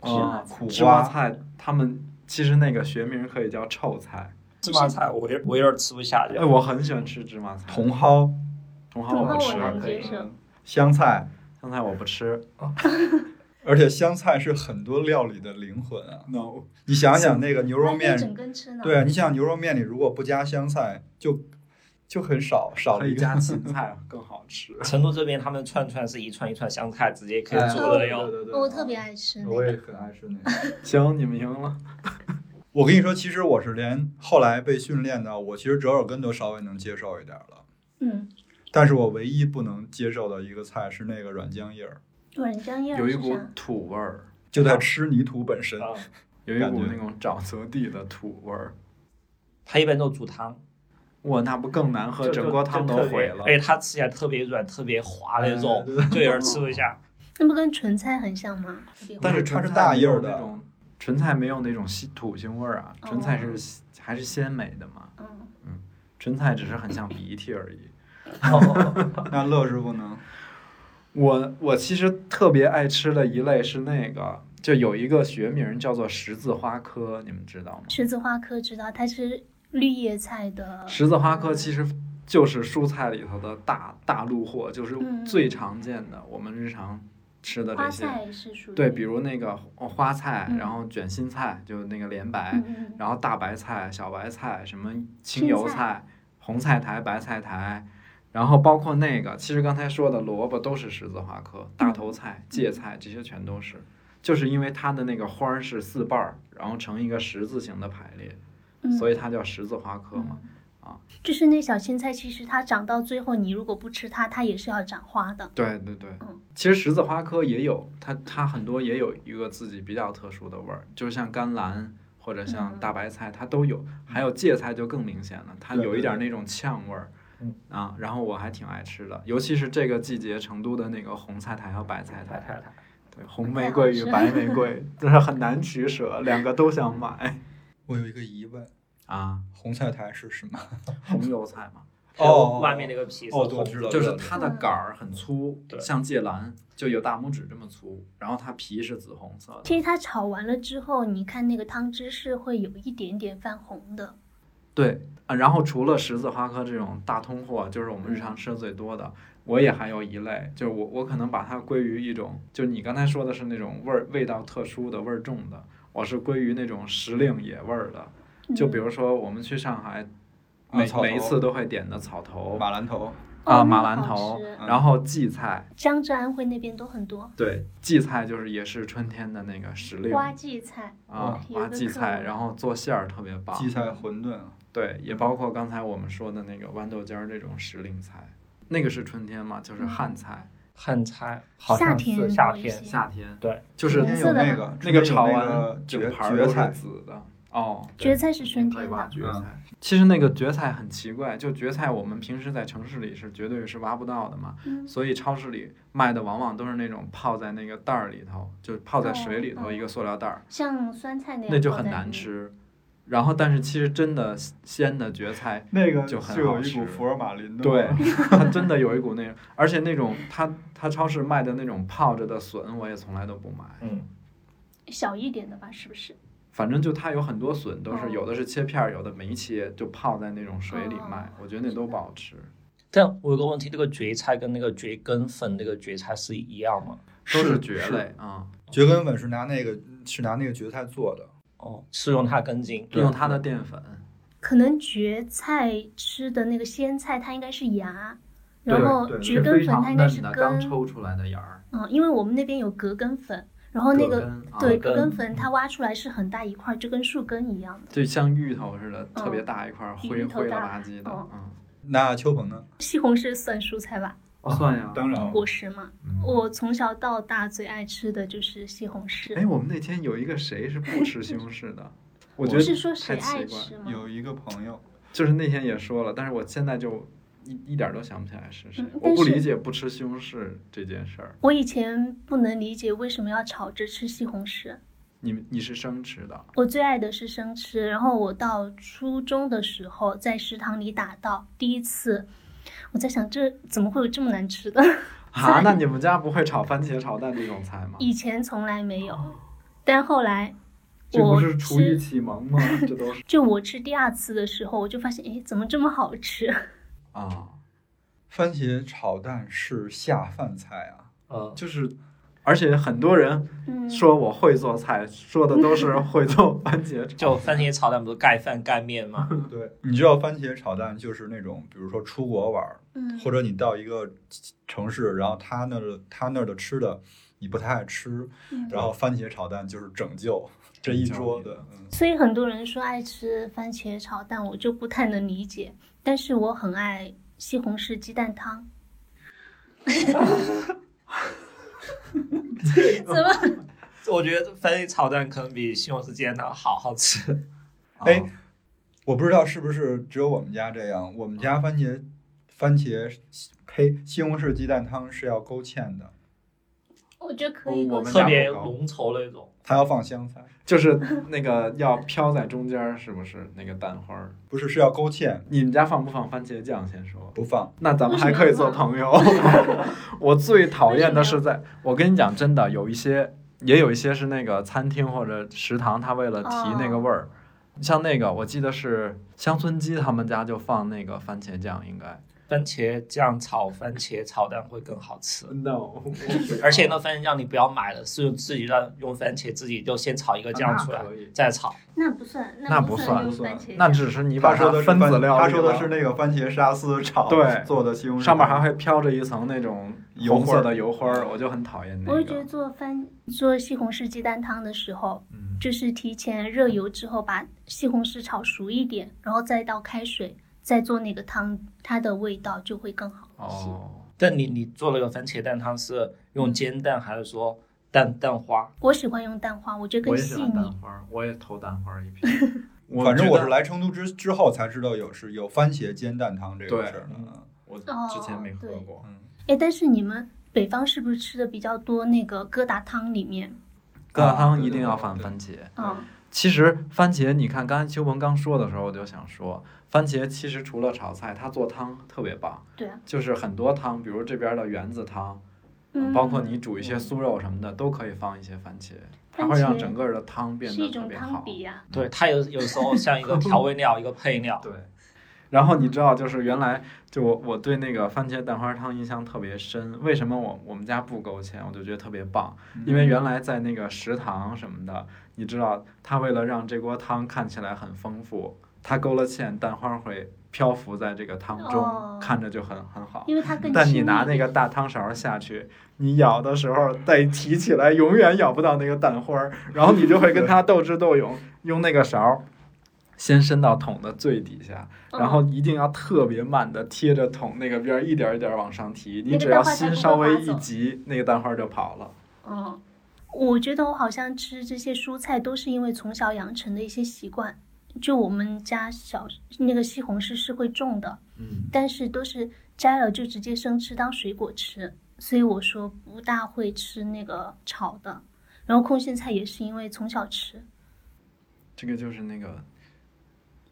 A: 啊
B: 哦苦
A: 芝麻
B: 瓜。
A: 菜他们其实那个学名可以叫臭菜。
E: 芝麻菜我有我有点吃不下去
A: 哎，。我很喜欢吃芝麻菜，
B: 茼蒿、
A: 茼蒿
C: 茼
A: 哦我
C: 蒿
A: 不 吃
C: 我，能
A: 可以
C: 接受，
B: 香菜，
A: 香菜我不吃。
B: 而且香菜是很多料理的灵魂啊！
A: No，
B: 你想想那个牛
C: 那
B: 肉
C: 可以
B: 面，
C: 整根吃呢。
B: 对啊，你想牛肉面里如果不加香菜，就就很少少
A: 可
B: 了一
A: 以
B: 个
A: 加芹菜 更好 吃。
E: 成都这边他们串串是一串一串香菜直接可以
B: 哎
E: 做
C: 哦
E: 的哟。
B: 对对对
C: 我特别爱吃那
B: 我也
C: 个，
B: 很爱吃那个。
A: 行，你们赢了。
B: 我跟你说，其实我是连后来被训练到，我其实折耳根都稍微能接受一点了。
C: 嗯，
B: 但是我唯一不能接受的一个菜是那个软浆叶儿，
C: 软浆叶儿
A: 有一
C: 啊是
A: 股
C: 啥
A: 土味儿，
B: 就在吃泥土本身。
E: 啊，
A: 有一股
B: 感觉
A: 那种沼泽地的土味儿。
E: 它一般都煮汤，
A: 哇，那不更难喝，
E: 就
A: 整锅汤都毁了。
E: 而且它吃起来特别软、特别滑那种，就有人吃不下。
C: 那不跟纯菜很像吗？
A: 但是
B: 它
A: 纯
B: 是
A: 菜
B: 大
A: 没
B: 叶儿
A: 有
B: 的
A: 那种，纯菜没有那种吸土腥味儿啊，纯菜是鲜还是鲜美的嘛，
C: 嗯，
A: 纯菜只是很像鼻涕而已。
B: 那乐师傅呢？
A: 我我其实特别爱吃的一类是那个，就有一个学名叫做十字花科，你们知道吗？
C: 十字花科知道它是绿叶菜的，
A: 十字花科其实就是蔬菜里头的大大陆货，就是
C: 嗯
A: 最常见的我们日常吃的这
C: 花
A: 些。
C: 菜是属于
A: 对，比如那个呃花菜，
C: 嗯
A: 然后卷心菜，就那个莲白，
C: 嗯嗯
A: 然后大白菜、小白菜，什么青
C: 青
A: 油
C: 菜
A: 菜、红菜苔、白菜苔，然后包括那个，其实刚才说的萝卜都是十字花科，大
C: 嗯
A: 头菜、芥菜这些全都是，就是因为它的那个花儿是四瓣儿，然后成一个十字形的排列，
C: 嗯
A: 所以它叫十字花科嘛。
C: 就是那小青菜，其实它长到最后，你如果不吃它，它也是要长花的。
A: 对对对
C: 嗯，
A: 其实十字花科也有它，它很多也有一个自己比较特殊的味儿，就像甘蓝或者像
C: 嗯
A: 大白菜，它都有，还有芥菜就更明显了，它
B: 对
A: 有
B: 对
A: 一点
B: 对
A: 那种呛味儿
E: 嗯。
A: 啊，然后我还挺爱吃的，尤其是这个季节，成都的那个红菜苔和白菜
E: 太
A: 苔，
E: 太太
A: 对，红
C: 太
A: 玫
C: 好
A: 瑰
C: 吃
A: 与
C: 了
A: 白玫瑰，就是很难取舍，两个都想买
B: 我有一个疑问，
A: 啊。
B: 红菜苔是什么？
A: 红油菜嘛，
B: 哦
E: 外面那个皮是
B: 哦对
E: 红
B: 我知道
E: 的
A: 就是它的杆儿很粗，
E: 对
A: 像芥蓝，就有大拇指这么粗，然后它皮是紫红色的。
C: 其实它炒完了之后，你看那个汤汁是会有一点点泛红的。
A: 对啊，然后除了十字花科这种大通货，就是我们日常吃的最多的，我也还有一类，就是我我可能把它归于一种，就你刚才说的是那种味儿味道特殊的味儿重的，我是归于那种时令野味儿的，就比如说我们去上海，
B: 啊
A: 每、
B: 草
A: 每一
B: 头
A: 次都会点的草头
B: 马兰头。
A: 啊、
C: 哦那
A: 马
C: 个
A: 兰
C: 好
A: 头
C: 吃，
A: 然后荠菜，
C: 江浙安徽那边都很多
A: 对，荠菜就是也是春天的那个时令
C: 花荠菜，
A: 啊，
C: 有
A: 花
C: 个
A: 荠
C: 可
A: 菜，然后做馅儿特别棒，
B: 荠菜馄饨，啊
A: 对，也包括刚才我们说的那个豌豆尖儿这种时令菜，那个是春天嘛，就是旱菜，
E: 汉菜，好像是
C: 夏
E: 夏
C: 天多一
E: 天
C: 些嗯
A: 夏天
E: 对，
A: 就是
B: 春天
C: 紫
B: 有
C: 色的
B: 那
C: 吗
B: 个
A: 那个
B: 炒
A: 炒
B: 完
A: 完整
B: 蕨
A: 盘儿都
B: 蕨
A: 是
B: 菜，
A: 紫的哦。
C: 蕨菜是春
A: 可以
C: 天
A: 挖
C: 的，
A: 蕨
B: 嗯
A: 菜，其实那个蕨菜很奇怪，就蕨菜我们平时在城市里是绝对是挖不到的嘛，
C: 嗯
A: 所以超市里卖的往往都是那种泡在那个袋儿里头，就泡在
C: 哦
A: 水里头
C: 哦
A: 一个塑料袋儿，
C: 像酸菜那样，
A: 那就很难。吃。然后，但是其实真的鲜的蕨菜
B: 那个
A: 就很
B: 就有
A: 好
B: 一股
A: 吃
B: 福尔马林的
A: 对
B: 味儿，
A: 它真的有一股那种，而且那种它它超市卖的那种泡着的笋，我也从来都不买。
E: 嗯，
C: 小一点的吧，是不是？
A: 反正就它有很多笋都
C: 哦
A: 是，有的是切片儿，有的没切，就泡在那种水
C: 哦
A: 里卖，我觉得那都不好吃。
E: 但我有个问题，这个蕨菜跟那个蕨根粉那个蕨菜是一样吗？
A: 都
B: 是
A: 蕨
B: 是
A: 类啊，
B: 蕨根粉是拿那个是拿那个蕨菜做的，
E: 哦，是用它根茎，
A: 用它的淀粉。
C: 可能蕨菜吃的那个鲜菜，它应该是芽，
A: 对
C: 然后
A: 对
C: 蕨
A: 是
C: 根
A: 非
C: 粉它
A: 常
C: 应该
A: 嫩
C: 是
A: 的，
C: 根
A: 刚，抽出来的芽儿。
C: 嗯，因为我们那边有葛根粉，然后那
A: 葛
C: 个
A: 根啊
C: 对
E: 葛
C: 葛根
E: 根
C: 粉它挖出来是很大一块，就跟树根一样的。
A: 就像芋头似的，特
C: 嗯
A: 别大一块儿
C: 比
A: 灰
C: 芋头
A: 灰了
C: 大
A: 吧唧的。
C: 嗯
A: 嗯，
B: 那秋鹏呢？
C: 西红柿算蔬菜吧，
A: 哦算呀。
B: 当然
C: 果实嘛。
A: 嗯
C: 我从小到大最爱吃的就是西红柿。
A: 哎，我们那天有一个谁是不吃西红柿 的？我觉
C: 不
A: 得
C: 是说谁
A: 太奇
C: 爱
A: 怪
C: 吃吗？
B: 有一个朋友，
A: 就是那天也说了，但是我现在就一一点儿都想不起来是谁。
C: 嗯
A: 我不
C: 但是
A: 理解不吃西红柿这件事儿。
C: 我以前不能理解为什么要炒着吃西红柿。
A: 你们你是生吃的？
C: 我最爱的是生吃，然后我到初中的时候在食堂里打到第一次，我在想这怎么会有这么难吃的？
A: 啊，那你们家不会炒番茄炒蛋这种菜吗？
C: 以前从来没有，
A: 哦
C: 但后来
A: 这不
C: 我
A: 是厨艺
C: 吃，
A: 启蒙吗？这都是
C: 就我吃第二次的时候，我就发现，哎，怎么这么好吃？
A: 啊，
B: 番茄炒蛋是下饭菜啊。
E: 呃，
A: 就是。而且很多人
C: 嗯，
A: 说我会做菜，说的都是会做番茄炒。
E: 就番茄炒蛋不是盖饭盖面吗？
B: 对，你知道番茄炒蛋就是那种，比如说出国玩儿，
C: 嗯，
B: 或者你到一个城市，然后他那儿的他那儿的吃的你不太爱吃，
C: 嗯
B: 然后番茄炒蛋就是拯救这一桌
A: 拯救
B: 的。嗯，
C: 所以很多人说爱吃番茄炒蛋，我就不太能理解，但是我很爱西红柿鸡蛋汤。
A: 哦
C: 怎么？
E: 我觉得番茄炒蛋可能比西红柿鸡蛋汤好好吃。
B: 哎
A: 啊
B: 我不知道是不是只有我们家这样，我们家番茄番茄呸西红柿鸡蛋汤是要勾芡的，
C: 我觉得可以。
A: 哦我我们
E: 特别浓稠那种，
B: 它要放香菜，
A: 就是那个要飘在中间儿，是不是那个蛋花儿？
B: 不是是要勾芡，
A: 你们家放不放番茄酱？先说。
B: 不放。
A: 那咱们还可以做朋 友。我最讨厌的是在，我跟你讲，真的有一些，也有一些是那个餐厅或者食堂，他为了提那个味儿，
C: 哦
A: 像那个我记得是乡村鸡他们家就放那个番茄酱，应该
E: 番茄酱炒番茄炒蛋会更好吃。
A: no，
E: 而且那番茄酱你不要买了，是自己让用番茄自己就先炒一个酱啊出来
A: 那可以，
E: 再炒。
F: 那不算，
A: 那
F: 不
A: 算
F: 用番茄
A: 那
F: 酱
A: 只是你把
B: 他
A: 它
B: 说的是
A: 分
B: 番
A: 子料理了，
B: 他说的是那个番茄沙司炒
A: 对
B: 做的西红柿，
A: 上面还会飘着一层那种
B: 油
A: 红
B: 花
A: 色
B: 儿
A: 的油花儿，我就很讨厌那
C: 我就觉得
A: 个。
C: 做番做西红柿鸡蛋汤的时候，
A: 嗯
C: 就是提前热油之后把西红柿炒熟一点，然后再倒开水，再做那个汤，它的味道就会更好一些。
A: 哦，
E: 但你你做了个番茄蛋汤是用煎蛋还是说蛋蛋花？
C: 我喜欢用蛋花，我觉得
A: 我
C: 更
A: 也
C: 细
A: 喜欢蛋
C: 腻。
A: 花儿，我也投蛋花儿一 瓶。
B: 反正我
A: 觉
B: 是
A: 得，
B: 来成都之之后才知道有是有番茄煎蛋汤这个
A: 对嗯
B: 事儿的。
A: 我
C: 哦
A: 之前没喝
C: 对
A: 过。
B: 嗯，
C: 哎，但是你们北方是不是吃的比较多那个疙瘩汤里面？
A: 疙瘩汤
B: 对
A: 一
B: 对
A: 定
B: 对
A: 要
B: 对
A: 放
B: 对
A: 番茄。
C: 嗯，
A: 其实番茄，你看刚才秋鹏刚说的时候，我就想说，番茄其实除了炒菜，它做汤特别棒。
C: 对啊，
A: 就是很多汤，比如这边的圆子汤，
C: 嗯，
A: 包括你煮一些酥肉什么的，都可以放一些番茄，它会
C: 番茄
A: 让整个的汤变
C: 是
A: 得
C: 一
A: 特
C: 种
A: 别
C: 汤
A: 好。
C: 底呀、
E: 对，它有有时候像一个调味料，一个配料。
A: 对，然后你知道，就是原来就我我对那个番茄蛋花汤印象特别深。为什么我我们家不勾芡，我就觉得特别棒？因为原来在那个食堂什么的，你知道，他为了让这锅汤看起来很丰富，他勾了芡，蛋花会漂浮在这个汤中，
C: 哦
A: 看着就很很好。
C: 因为它更
A: 但
C: 细
A: 你
C: 腻。
A: 拿那个大汤勺下去，你舀的时候再提起来，永远舀不到那个蛋花儿，然后你就 会跟它斗智斗勇，用那个勺儿先伸到桶的最底下，
C: 嗯
A: 然后一定要特别慢的贴着桶那个边儿一点儿一点儿往上提，你
C: 那个
A: 只要
C: 蛋花才
A: 心
C: 不会
A: 稍微
C: 滑
A: 一
C: 走
A: 急，那个蛋花儿就跑了。
C: 嗯，我觉得我好像吃这些蔬菜都是因为从小养成的一些习惯。就我们家小那个西红柿是会种的，
A: 嗯，
C: 但是都是摘了就直接生吃当水果吃，所以我说不大会吃那个炒的。然后空心菜也是因为从小吃，
A: 这个就是那个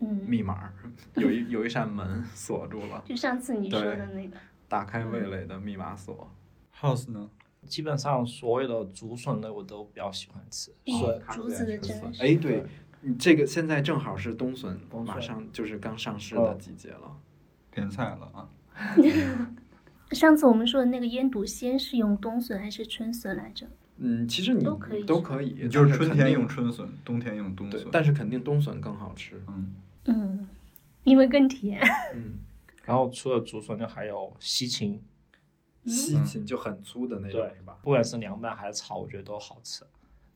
C: 嗯，
A: 密码儿，有 一有一扇门锁住了，
C: 就上次你说的那个，
A: 打开味蕾的密码锁。
B: House 呢？
E: 基本上所有的竹笋类我都比较喜欢吃，笋
C: 嗯，竹子的
A: 竹
C: 真的
A: 笋
C: 是
A: 哎，对，你这个现在正好是冬笋，
E: 冬笋哦
A: 马上就是刚上市的季节了。
B: 点菜了啊！
C: 上次我们说的那个腌笃鲜是用冬笋还是春笋来着？
A: 嗯，其实你
C: 都可以
A: 都
C: 吃
A: 可以，
B: 就
A: 但
B: 是春
A: 肯
B: 天
A: 定
B: 用春笋，冬天用冬
A: 对
B: 笋，。
A: 但是肯定冬笋更好吃。
B: 嗯，
C: 嗯，因为更甜。
A: 嗯，
E: 然后除了竹笋就还有西芹，
B: 嗯
C: 嗯
A: 西芹就很粗的那种
E: 对
A: 是吧？
E: 不管是凉拌还是炒，我觉得都好吃。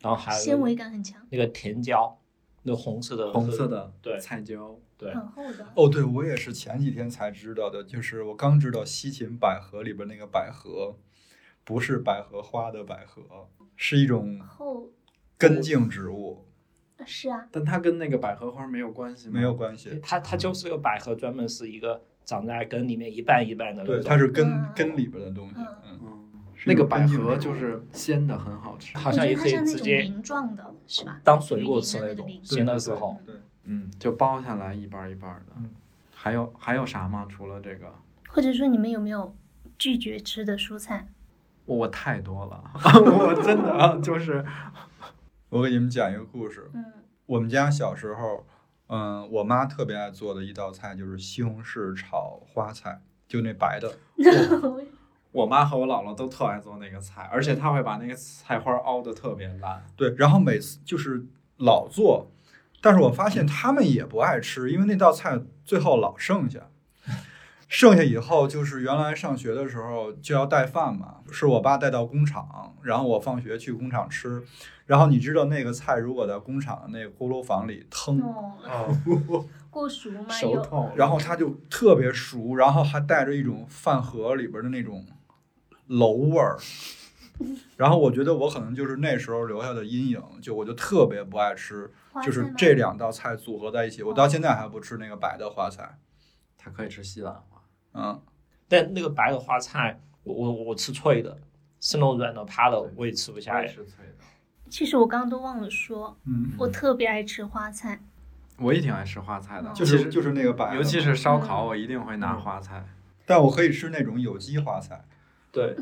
E: 然后还有
C: 纤维感很强，
E: 那个甜椒，那个红色的
A: 红色的
E: 对
A: 菜椒，
E: 对，
C: 很厚的。
B: 哦，对，我也是前几天才知道的，就是我刚知道西芹百合里边那个百合，不是百合花的百合，是一种
C: 厚
B: 根茎植物，
C: 是啊，
A: 但它跟那个百合花没有关系吗？
B: 没有，关系。
E: 它它就是个百合，专门是一个长在根里面一半一半的那
B: 对，
E: 种
B: 它是根
C: 嗯
B: 根里边的东西。嗯，
A: 嗯，
B: 是
A: 那
B: 一
A: 个
B: 种
A: 百
B: 根茎
A: 合
B: 植
A: 就
B: 物
A: 是鲜的，很好吃。嗯
E: 好像也可
C: 我
E: 以
C: 觉得它像
E: 直
C: 那种
E: 接
C: 鳞状的，是吧？
E: 当水果吃那
C: 有
E: 种
C: 鳞。
E: 咸的时候，
B: 对，
A: 嗯，就剥下来一半儿一半儿的。
E: 嗯
A: 还有还有啥吗？除了这个，
C: 或者说你们有没有拒绝吃的蔬菜？
A: 我我太多 了，我真的啊就是
B: 我给你们讲一个故事。
C: 嗯，
B: 我们家小时候，嗯，我妈特别爱做的一道菜就是西红柿炒花菜，就那白的。
A: 我妈和我姥姥都特爱做那个菜，而且她会把那个菜花熬的特别烂。
B: 对，然后每次就是老做，但是我发现他们也不爱吃，因为那道菜最后老剩下。剩下以后就是原来上学的时候就要带饭嘛，是我爸带到工厂，然后我放学去工厂吃，然后你知道那个菜如果在工厂的那个锅炉房里腾，
C: 哦，
A: 哦，
C: 过熟吗？
A: 手
C: 有
A: 痛。
B: 然后它就特别熟，然后还带着一种饭盒里边的那种楼味儿。然后我觉得我可能就是那时候留下的阴影，就我就特别不爱吃，
C: 花菜
B: 就是
C: 吗哦
B: 这两道菜组合在一起，我到现在还不吃那个白的花菜。
A: 她可以吃西兰花。
B: 嗯，
E: 但那个白的花菜，我我我吃脆的，是那种软的趴的，我也吃不下。
A: 吃脆的。
C: 其实我刚刚都忘了说，
B: 嗯，
C: 我特别爱吃花菜。
A: 我也挺爱吃花菜的，
B: 就
A: 其
B: 是
A: 实
B: 就是那个白的，
A: 尤其是烧烤，我一定会拿花菜。
B: 但我可以吃那种有机花菜，
E: 对，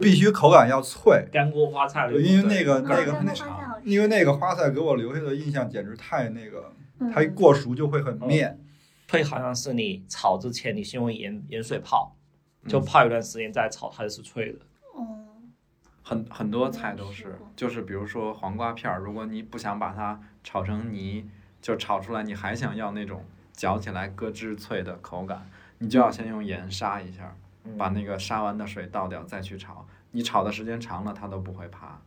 B: 必须口感要脆，
E: 干锅花菜那种，
B: 呃因为那个
C: 嗯
B: 那个
C: 干锅
B: 那
C: 花菜好吃
B: 因为那个花菜给我留下的印象简直太那个
C: 嗯
B: 它一过熟就会很
A: 嗯
B: 面。
E: 退好像是你炒之前你先用盐盐水泡，就泡一段时间再炒，它就是脆的。
C: 哦，
A: 很很多菜都是，就是比如说黄瓜片儿，如果你不想把它炒成泥，就炒出来，你还想要那种嚼起来咯吱脆的口感，你就要先用盐杀一下，把那个杀完的水倒掉，再去炒。你炒的时间长了，它都不会爬。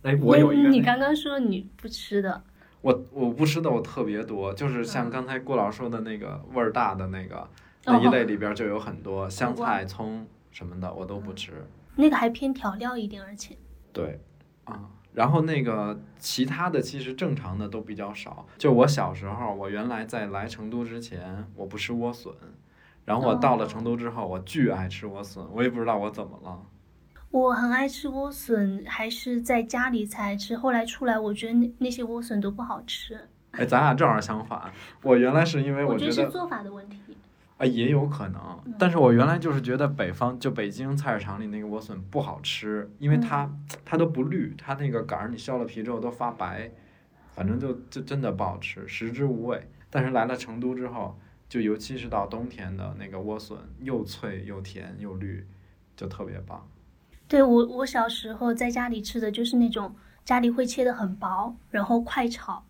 A: 哎，我有一个
C: 你
A: 那个
C: 刚刚说你不吃的，
A: 我我不吃的我特别多，就是
C: 嗯
A: 像刚才郭老师说的那个味儿大的那
C: 哦
A: 个那一类里边儿就有很多香菜、葱什么的，我都不
C: 嗯
A: 吃。
C: 那个还偏调料一点，而且
A: 对，啊，然后那个其他的其实正常的都比较少。就我小时候，我原来在来成都之前，我不吃莴笋，然后我到了成都之后，我巨爱吃莴笋，我也不知道我怎么了。
C: 我很爱吃莴笋，还是在家里才吃，后来出来我觉得那那些莴笋都不好吃，
A: 哎，咱俩正好相反，我原来是因为
C: 哎我
A: 觉
C: 得
A: 得
C: 是做法的问题。
A: 啊，也有可能
C: 嗯，
A: 但是我原来就是觉得北方就北京菜市场里那个莴笋不好吃，因为它、
C: 嗯
A: 它都不绿，它那个杆儿你削了皮之后都发白，反正就就真的不好吃，食之无味。但是来了成都之后，就尤其是到冬天的那个莴笋，又脆又甜又绿，就特别棒。
C: 对我，我小时候在家里吃的就是那种家里会切的很薄，然后快炒。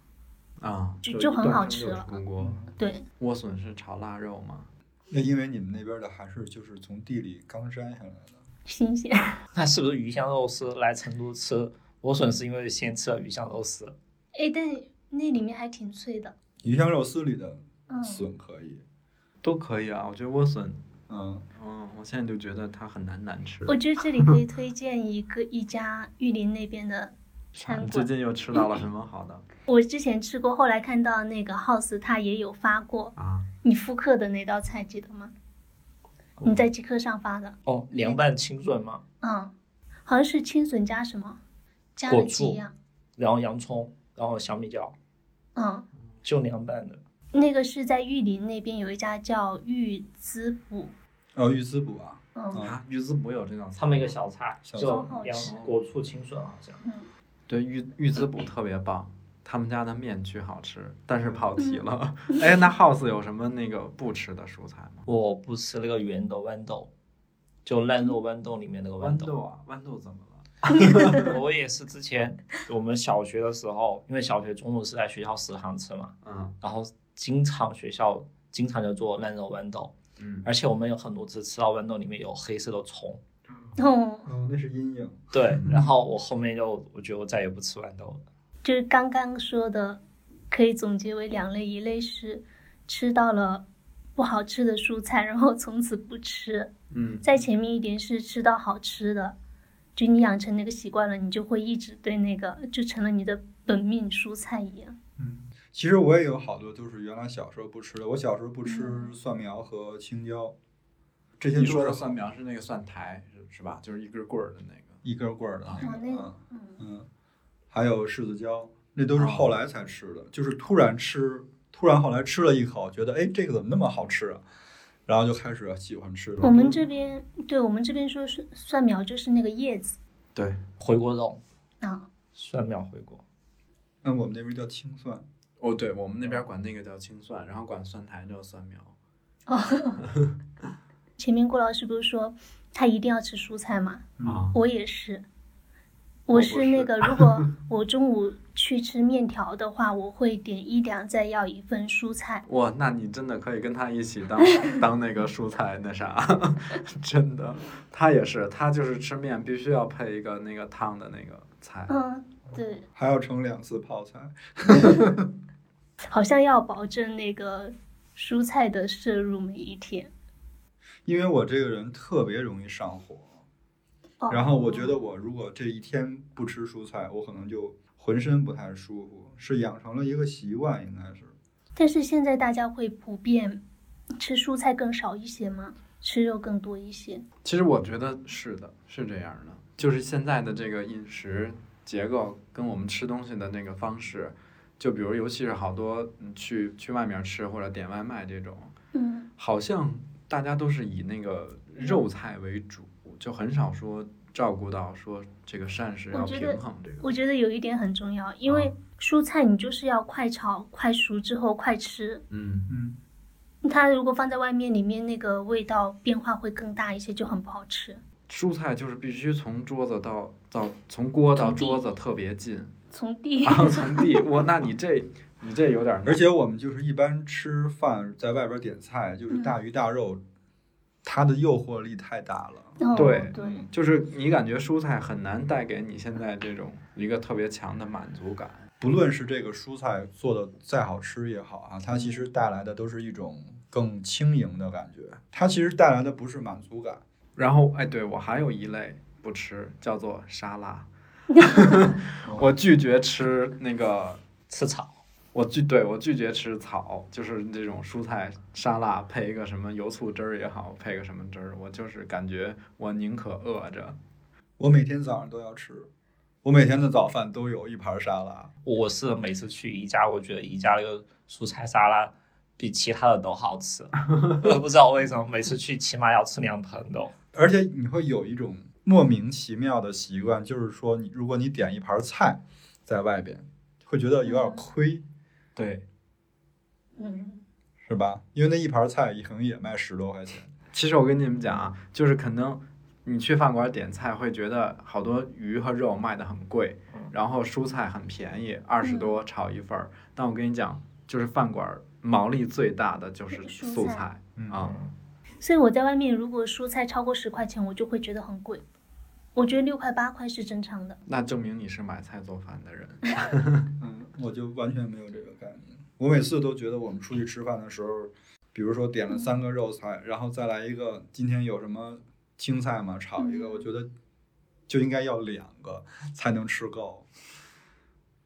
A: 啊，
C: 就
A: 一
C: 就很
A: 段
C: 好
A: 蒸
C: 吃
A: 就
C: 了嗯
A: 出锅
C: 对，
A: 莴笋是炒腊肉吗？
B: 那因为你们那边的还是就是从地里刚摘下来的，
C: 新鲜。
E: 那是不是鱼香肉丝来成都吃莴笋是因为先吃了鱼香肉丝？
C: 哎，但那里面还挺脆的。
B: 鱼香肉丝里的
C: 嗯，
B: 笋可以。
A: 都可以啊，我觉得莴笋，
B: 嗯，
A: 嗯，我现在就觉得它很难难吃。啊
C: 我觉得这里可以推荐一个一家玉林那边的餐
A: 你
C: 馆。
A: 最近又吃到了什么好的
C: 我之前吃过，后来看到那个 House 他也有发过
A: 啊？
C: 你复刻的那道菜，记得吗？你在极客上发的，
E: 哦，凉拌青笋嘛，
C: 嗯，好像是青笋加什么，加
E: 果
C: 了几
E: 醋
C: 样，
E: 然后洋葱，然后小米椒，
C: 嗯，
E: 就凉拌的。
C: 那个是在玉林那边有一家叫玉滋补，
B: 哦，玉滋补啊，
C: 嗯，
A: 啊，玉滋补有这道菜，
E: 他们一个小菜，
B: 小
E: 就
C: 菜
E: 洋
C: 好
E: 果醋啊青笋好像。
A: 对玉玉滋补特别棒，他们家的面巨好吃，但是跑题了。 哎，那 House 有什么那个不吃的蔬菜吗？
E: 我不吃那个圆的豌豆，就烂肉豌豆里面那个豌豆。
A: 啊，豌豆怎么了？
E: 我也是之前我们小学的时候，因为小学中午是在学校食堂吃嘛，
A: 嗯
E: 然后经常学校经常就做烂肉豌豆，
A: 嗯，
E: 而且我们有很多次吃到豌豆里面有黑色的虫。
C: 哦，
B: 哦，那是阴影。
E: 对，然后我后面就我觉得我再也不吃豌豆了。
C: 就是刚刚说的，可以总结为两类，一类是吃到了不好吃的蔬菜，然后从此不吃；
A: 嗯，
C: 再前面一点是吃到好吃的，就你养成那个习惯了，你就会一直对那个就成了你的本命蔬菜一样。
B: 嗯，其实我也有好多都是原来小时候不吃的。我小时候不
C: 嗯
B: 吃蒜苗和青椒，这些
A: 你
B: 都
A: 说的
B: 是
A: 蒜苗是那个蒜苔是是吧？就是一根棍儿的那个。
B: 一根棍儿的
C: 哦，那
B: 那
C: 个
B: 个。嗯嗯，还有柿子椒，那都是
A: 哦
B: 后来才吃的，就是突然吃，突然后来吃了一口，觉得哎，这个怎么那么好吃啊？然后就开始喜欢吃了。
C: 我们这边，对我们这边说是蒜苗，就是那个叶子
A: 对，
E: 回锅肉，
C: 啊，
E: 蒜苗回锅。
B: 那我们那边叫青蒜，
A: 哦对，我们那边管那个叫青蒜，然后管蒜苔叫蒜苗。
C: 前面郭老师不是说他一定要吃蔬菜吗？
A: 啊，
C: 我也是，
A: 我
C: 哦我
A: 不
C: 是那
A: 是
C: 个，如果我中午去吃面条的话，我会点一两，再要一份蔬菜。
A: 哇，那你真的可以跟他一起 当当那个蔬菜那啥， 真的，他也是，他就是吃面必须要配一个那个烫的那个菜。
C: 嗯，对，
B: 还要盛两次泡菜。
C: 好像要保证那个蔬菜的摄入每一天。
B: 因为我这个人特别容易上火，
C: 哦、
B: 然后我觉得我如果这一天不吃蔬菜，我可能就浑身不太舒服，是养成了一个习惯，应该是。
C: 但是现在大家会普遍吃蔬菜更少一些吗？吃肉更多一些？
A: 其实我觉得是的，是这样的，就是现在的这个饮食结构跟我们吃东西的那个方式，就比如尤其是好多嗯去去外面吃或者点外卖这种，
C: 嗯，
A: 好像大家都是以那个肉菜为主，就很少说照顾到说这个膳食
C: 我
A: 要
C: 觉
A: 平
C: 得
A: 衡这个。
C: 我觉得有一点很重要，因为
A: 啊
C: 蔬菜你就是要快炒、快熟之后快吃。
A: 嗯，
E: 嗯，
C: 它如果放在外面，里面那个味道变化会更大一些，就很不好吃。
A: 蔬菜就是必须从桌子到到从锅到桌子特别近，
C: 从地，
A: 然后从地，我那你这你这有点难，
B: 而且我们就是一般吃饭在外边点菜，就是大鱼大肉，它的诱惑力太大了。
C: 哦
A: 对
C: 对，
A: 就是你感觉蔬菜很难带给你现在这种一个特别强的满足感。
B: 不论是这个蔬菜做的再好吃也好啊，它其实带来的都是一种更轻盈的感觉。它其实带来的不是满足感，
A: 然后哎，对我还有一类不吃，叫做沙拉，我拒绝吃那个。
E: 吃草，
A: 我拒对我拒绝吃草，就是这种蔬菜沙拉配一个什么油醋汁儿也好，配个什么汁儿，我就是感觉我宁可饿着。
B: 我每天早上都要吃，我每天的早饭都有一盘沙拉。
E: 我是每次去宜家，我觉得宜家那个蔬菜沙拉比其他的都好吃， 我不知道为什么每次去起码要吃两盆都。
B: 而且你会有一种莫名其妙的习惯，就是说你如果你点一盘菜在外边，会觉得有点亏，
A: 对，
C: 嗯，
B: 是吧？因为那一盘菜可能也卖十多块钱。
A: 其实我跟你们讲啊，就是可能你去饭馆点菜会觉得好多鱼和肉卖的很贵，然后蔬菜很便宜，二十多炒一份儿。但我跟你讲，就是饭馆儿毛利最大的就是
C: 蔬
A: 素
C: 菜
A: 菜
B: 嗯
A: 啊，
C: 所以我在外面如果蔬菜超过十块钱，我就会觉得很贵。我觉得六块八块是正常的。
A: 那证明你是买菜做饭的人。
B: 嗯，我就完全没有这个概念。我每次都觉得我们出去吃饭的时候，比如说点了三个肉菜，然后再来一个，今天有什么青菜吗？炒一个，我觉得就应该要两个才能吃够，啊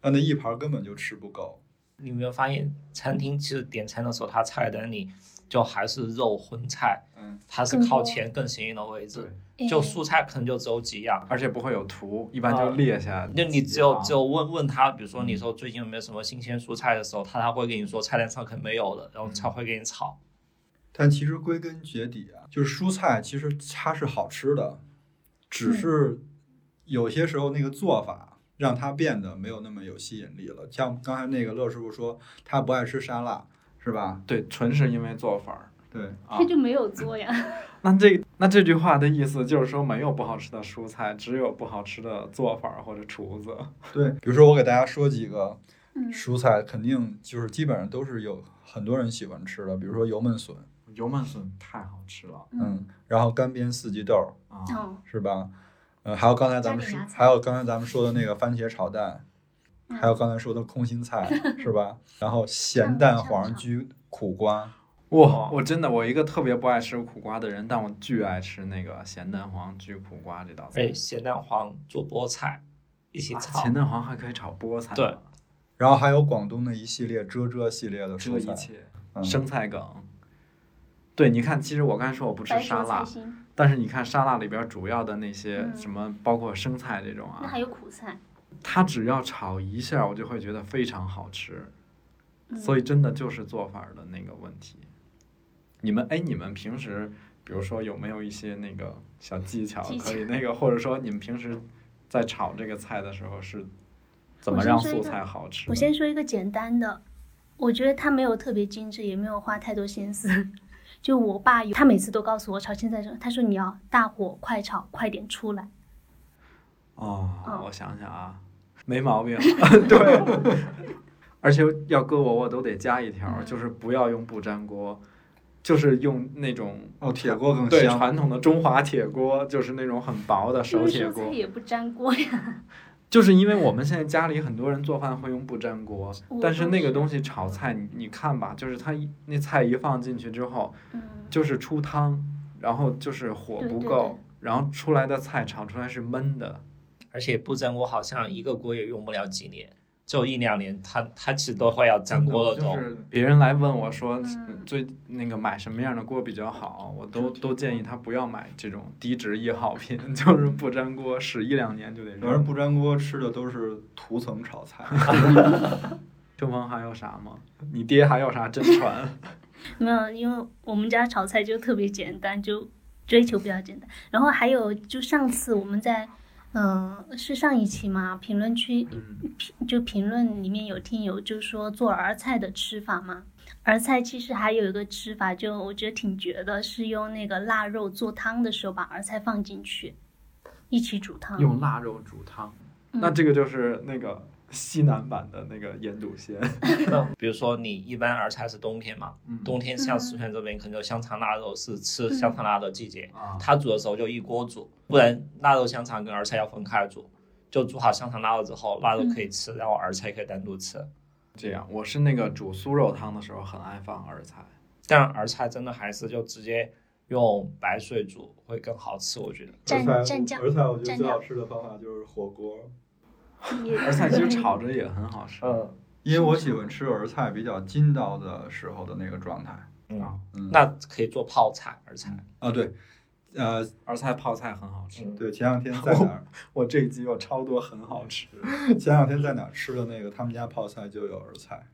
B: 但那一盘根本就吃不够。
E: 你有没有发现，餐厅其实点餐的时候，它菜单里就还是肉荤菜，
B: 嗯，
E: 它是靠前更显眼的位置，就蔬菜可能就只有几样。
A: 而且不会有图，一般就列下几行。嗯
E: 就你只有只有问问他，比如说你说最近有没有什么新鲜蔬菜的时候，他他会跟你说菜单上可能没有的，然后
A: 嗯
E: 他会给你炒。
B: 但其实归根结底啊，就是蔬菜其实它是好吃的，只是有些时候那个做法让它变得没有那么有吸引力了。像刚才那个乐师傅说，他不爱吃沙拉，是吧？
A: 对，纯是因为做法儿。
B: 对，
A: 啊
C: 他就没有做呀。
A: 那这那这句话的意思就是说，没有不好吃的蔬菜，只有不好吃的做法儿或者厨子。
B: 对，比如说我给大家说几个
C: 嗯
B: 蔬菜，肯定就是基本上都是有很多人喜欢吃的，比如说油焖笋，
A: 油焖笋太好吃了
B: 嗯，然后干煸四季豆，
A: 啊！
C: 哦，
B: 是吧？呃，还有刚才咱们
F: 加点
B: 说
F: 芽，菜
B: 还有刚才咱们说的那个番茄炒蛋，
C: 嗯
B: 还有刚才说的空心菜， 是吧？然后咸蛋黄焗苦瓜，
A: 哇，我真的我一个特别不爱吃苦瓜的人，但我巨爱吃那个咸蛋黄焗苦瓜这道菜。
E: 哎，咸蛋黄做菠菜一起
A: 啊
E: 炒
A: 咸，蛋黄还可以炒菠菜，
E: 对，
B: 然后还有广东的一系列遮遮系列的
A: 这
B: 蔬
A: 一
B: 菜，
A: 切
B: 嗯
A: 生菜梗。对，你看，其实我刚才说我不吃
C: 白
A: 沙
C: 灼
A: 拉啊
C: 菜，心，
A: 但是你看沙拉里边主要的那些
C: 嗯
A: 什么，包括生菜这种啊，
C: 那还有苦菜。
A: 它只要炒一下，我就会觉得非常好吃。
C: 嗯
A: 所以真的就是做法儿的那个问题。你们哎，你们平时比如说有没有一些那个小技巧
C: 技巧
A: 可以那个，或者说你们平时在炒这个菜的时候是怎么
C: 我先
A: 让
C: 说一
A: 素
C: 个
A: 菜好吃的？
C: 我先说一个简单的，我觉得它没有特别精致，也没有花太多心思。就我爸有，他每次都告诉我炒青菜的时候，他说你要大火快炒，快点出来。
A: 哦
C: 嗯，
A: 我想想啊，没毛病， 对。而且要搁我，我都得加一条
C: 嗯
A: 儿，就是不要用不粘锅，就是用那种
B: 哦，铁锅更
A: 对
B: 香。
A: 传统的中华铁锅，就是那种很薄的
C: 因
A: 手
C: 为
A: 铁
C: 蔬菜
A: 锅。
C: 也不粘锅呀。
A: 就是因为我们现在家里很多人做饭会用不粘锅
C: 我，
A: 但是
C: 都
A: 那个
C: 是
A: 东西炒菜，你你看吧，就是它一那菜一放进去之后，
C: 嗯，
A: 就是出汤，然后就是火
C: 对
A: 不
C: 对
A: 够，然后出来的菜炒出来是闷的。
E: 而且不粘锅好像一个锅也用不了几年，就一两年，它它其实都会要粘锅的
A: 就
E: 都。
A: 是别人来问我说
C: 嗯
A: 最那个买什么样的锅比较好，我都都建议他不要买这种低值易耗品， 就是不粘锅，使一两年就得
B: 反正
A: 扔。
B: 不粘锅吃的都是涂层炒菜，
A: 正方还有啥吗？你爹还有啥真传？
C: 没有，因为我们家炒菜就特别简单，就追求比较简单。然后还有就上次我们在，嗯、是上一期嘛，评论区
E: 嗯
C: 就评论里面有听友就说做儿菜的吃法嘛，儿菜其实还有一个吃法，就我觉得挺绝的，是用那个腊肉做汤的时候把儿菜放进去，一起煮汤。
G: 用腊肉煮汤，
C: 嗯
G: 那这个就是那个西南版的那个盐卤鲜，
E: 那比如说你一般儿菜是冬天嘛，
G: 嗯
E: 冬天像四川这边可能有香肠腊肉是吃香肠腊肉的季节，
G: 啊，
E: 它煮的时候就一锅煮，不然腊肉香肠跟儿菜要分开煮。就煮好香肠腊肉之后，腊肉可以吃，然后儿菜可以单独吃。
A: 这样，我是那个煮酥肉汤的时候很爱放儿菜，
E: 但儿菜真的还是就直接用白水煮会更好吃，我觉得。
C: 蘸
B: 而且
C: 蘸酱
B: 而且我觉得
C: 蘸
B: 最好
C: 酱
B: 吃的方法就是火锅，
C: 也
A: 儿菜其实炒着也很好吃。
E: 嗯
B: 因为我喜欢吃儿菜比较筋道的时候的那个状态。
E: 嗯，
B: 嗯，
E: 那可以做泡菜儿菜。
B: 啊对，呃
A: 儿菜泡菜很好
E: 嗯
A: 吃，
B: 对，前两天在哪儿？
G: 我这一集有超多很好吃，
B: 前两天在哪儿吃的那个他们家泡菜就有儿菜，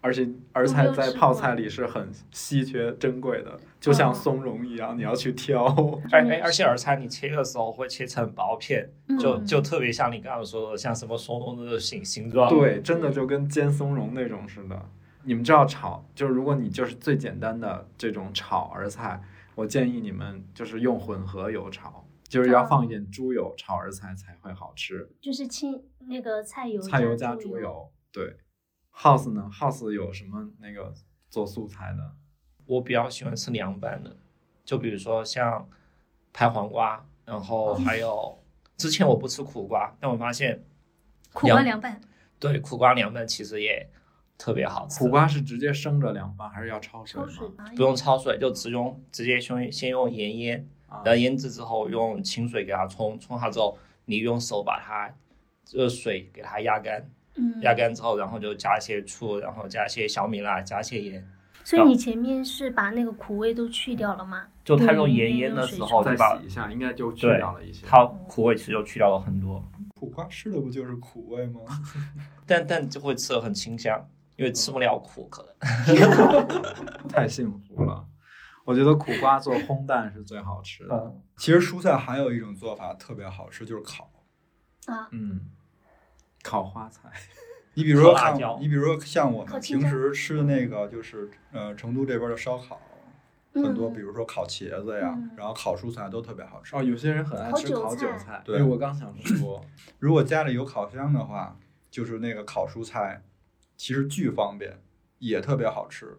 G: 而且儿菜在泡菜里是很稀缺珍贵的，就像松茸一样，你要去挑。
E: 而哎，而且儿菜你切的时候会切成薄片，就
C: 嗯
E: 就特别像你刚刚说的，像什么松茸的形形状。，
G: 对，真的就跟煎松茸那种似的。你们知道炒，就是如果你就是最简单的这种炒儿菜，我建议你们就是用混合油炒，就是要放一点猪油炒儿菜才会好吃，
C: 就是清那个菜油
G: 菜油加
C: 猪
G: 猪。油。对，House 呢？House 有什么那个做素菜的？
E: 我比较喜欢吃凉拌的，就比如说像拍黄瓜，然后还有之前我不吃苦瓜，但我发现
C: 苦瓜凉拌，
E: 对苦瓜凉拌其实也特别好吃。
A: 苦瓜是直接生着凉拌，还是要焯水
C: 焯水
A: 吗？
C: 吧
E: 不用焯水，就直用直接用先用盐腌，
A: 啊
E: 然后腌制之后用清水给它冲，冲好之后你用手把它这水给它压干，
C: 嗯，
E: 压干之后，然后就加一些醋，然后加一些小米辣，加一些盐。
C: 所以你前面是把那个苦味都去掉了吗？
E: 就它用盐腌的时候，
G: 再
E: 对吧
G: 洗？一下，应该就去
E: 对
G: 掉了一些。
E: 它苦味其实就去掉了很多，
B: 苦瓜吃的不就是苦味吗？
E: 但但就会吃的很清香，因为吃不了苦可能。
A: 太幸福了，我觉得苦瓜做烘蛋是最好吃的。
B: 其实蔬菜还有一种做法特别好吃，就是烤。
C: 啊，
A: 嗯，烤花菜，
B: 你比如说
E: 和辣
B: 像
E: 椒
B: 你比如说像我
C: 烤
B: 们
C: 青
B: 平
C: 椒
B: 时吃的那个，就是呃成都这边的烧烤，很多，
C: 嗯
B: 比如说烤茄子呀，
C: 嗯
B: 然后烤蔬菜都特别好吃
A: 哦，。有些人很爱
C: 烤
A: 吃
C: 韭
A: 烤韭
C: 菜
A: 菜，
B: 对
A: 哎我刚想 说，
B: 如果家里有烤箱的话，就是那个烤蔬菜，其实巨方便，也特别好吃。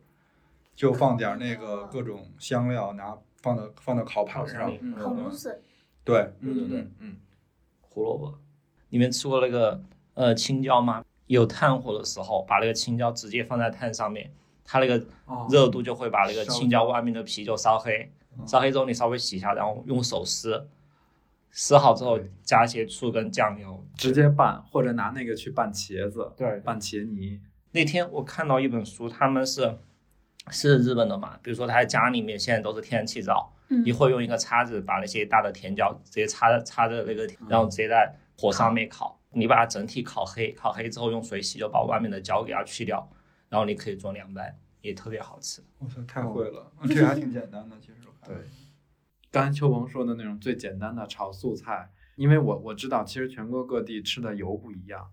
B: 就放点那
A: 哦
B: 个各种香料，拿放到放到烤盘上。
A: 嗯
C: 烤芦笋，
B: 对，对对
A: 嗯
B: 对，
A: 嗯嗯，
E: 胡萝卜。你们吃过那个呃青椒吗？有炭火的时候，把那个青椒直接放在炭上面，它那个
G: 哦
E: 热度就会把那个
G: 烧
E: 青椒外面的皮就烧黑，烧黑之后你稍微洗一下，然后用手撕，撕好之后加一些醋跟酱油。
A: 直接拌或者拿那个去拌茄子，
E: 对
A: 拌茄泥，
E: 那天我看到一本书，他们是是日本的嘛，比如说他在家里面现在都是天然气灶，
C: 嗯
E: 你会用一个叉子把那些大的甜椒直接插插着那个，然后直接在火上面嗯烤，你把它整体烤黑，烤黑之后用水洗，就把外面的胶给它去掉，然后你可以做凉拌，也特别好吃。
B: 我操，
A: 哦
B: 太会了，这个还挺简单的，其实。
A: 对刚才秋鹏说的那种最简单的炒素菜，因为我我知道，其实全国各地吃的油不一 样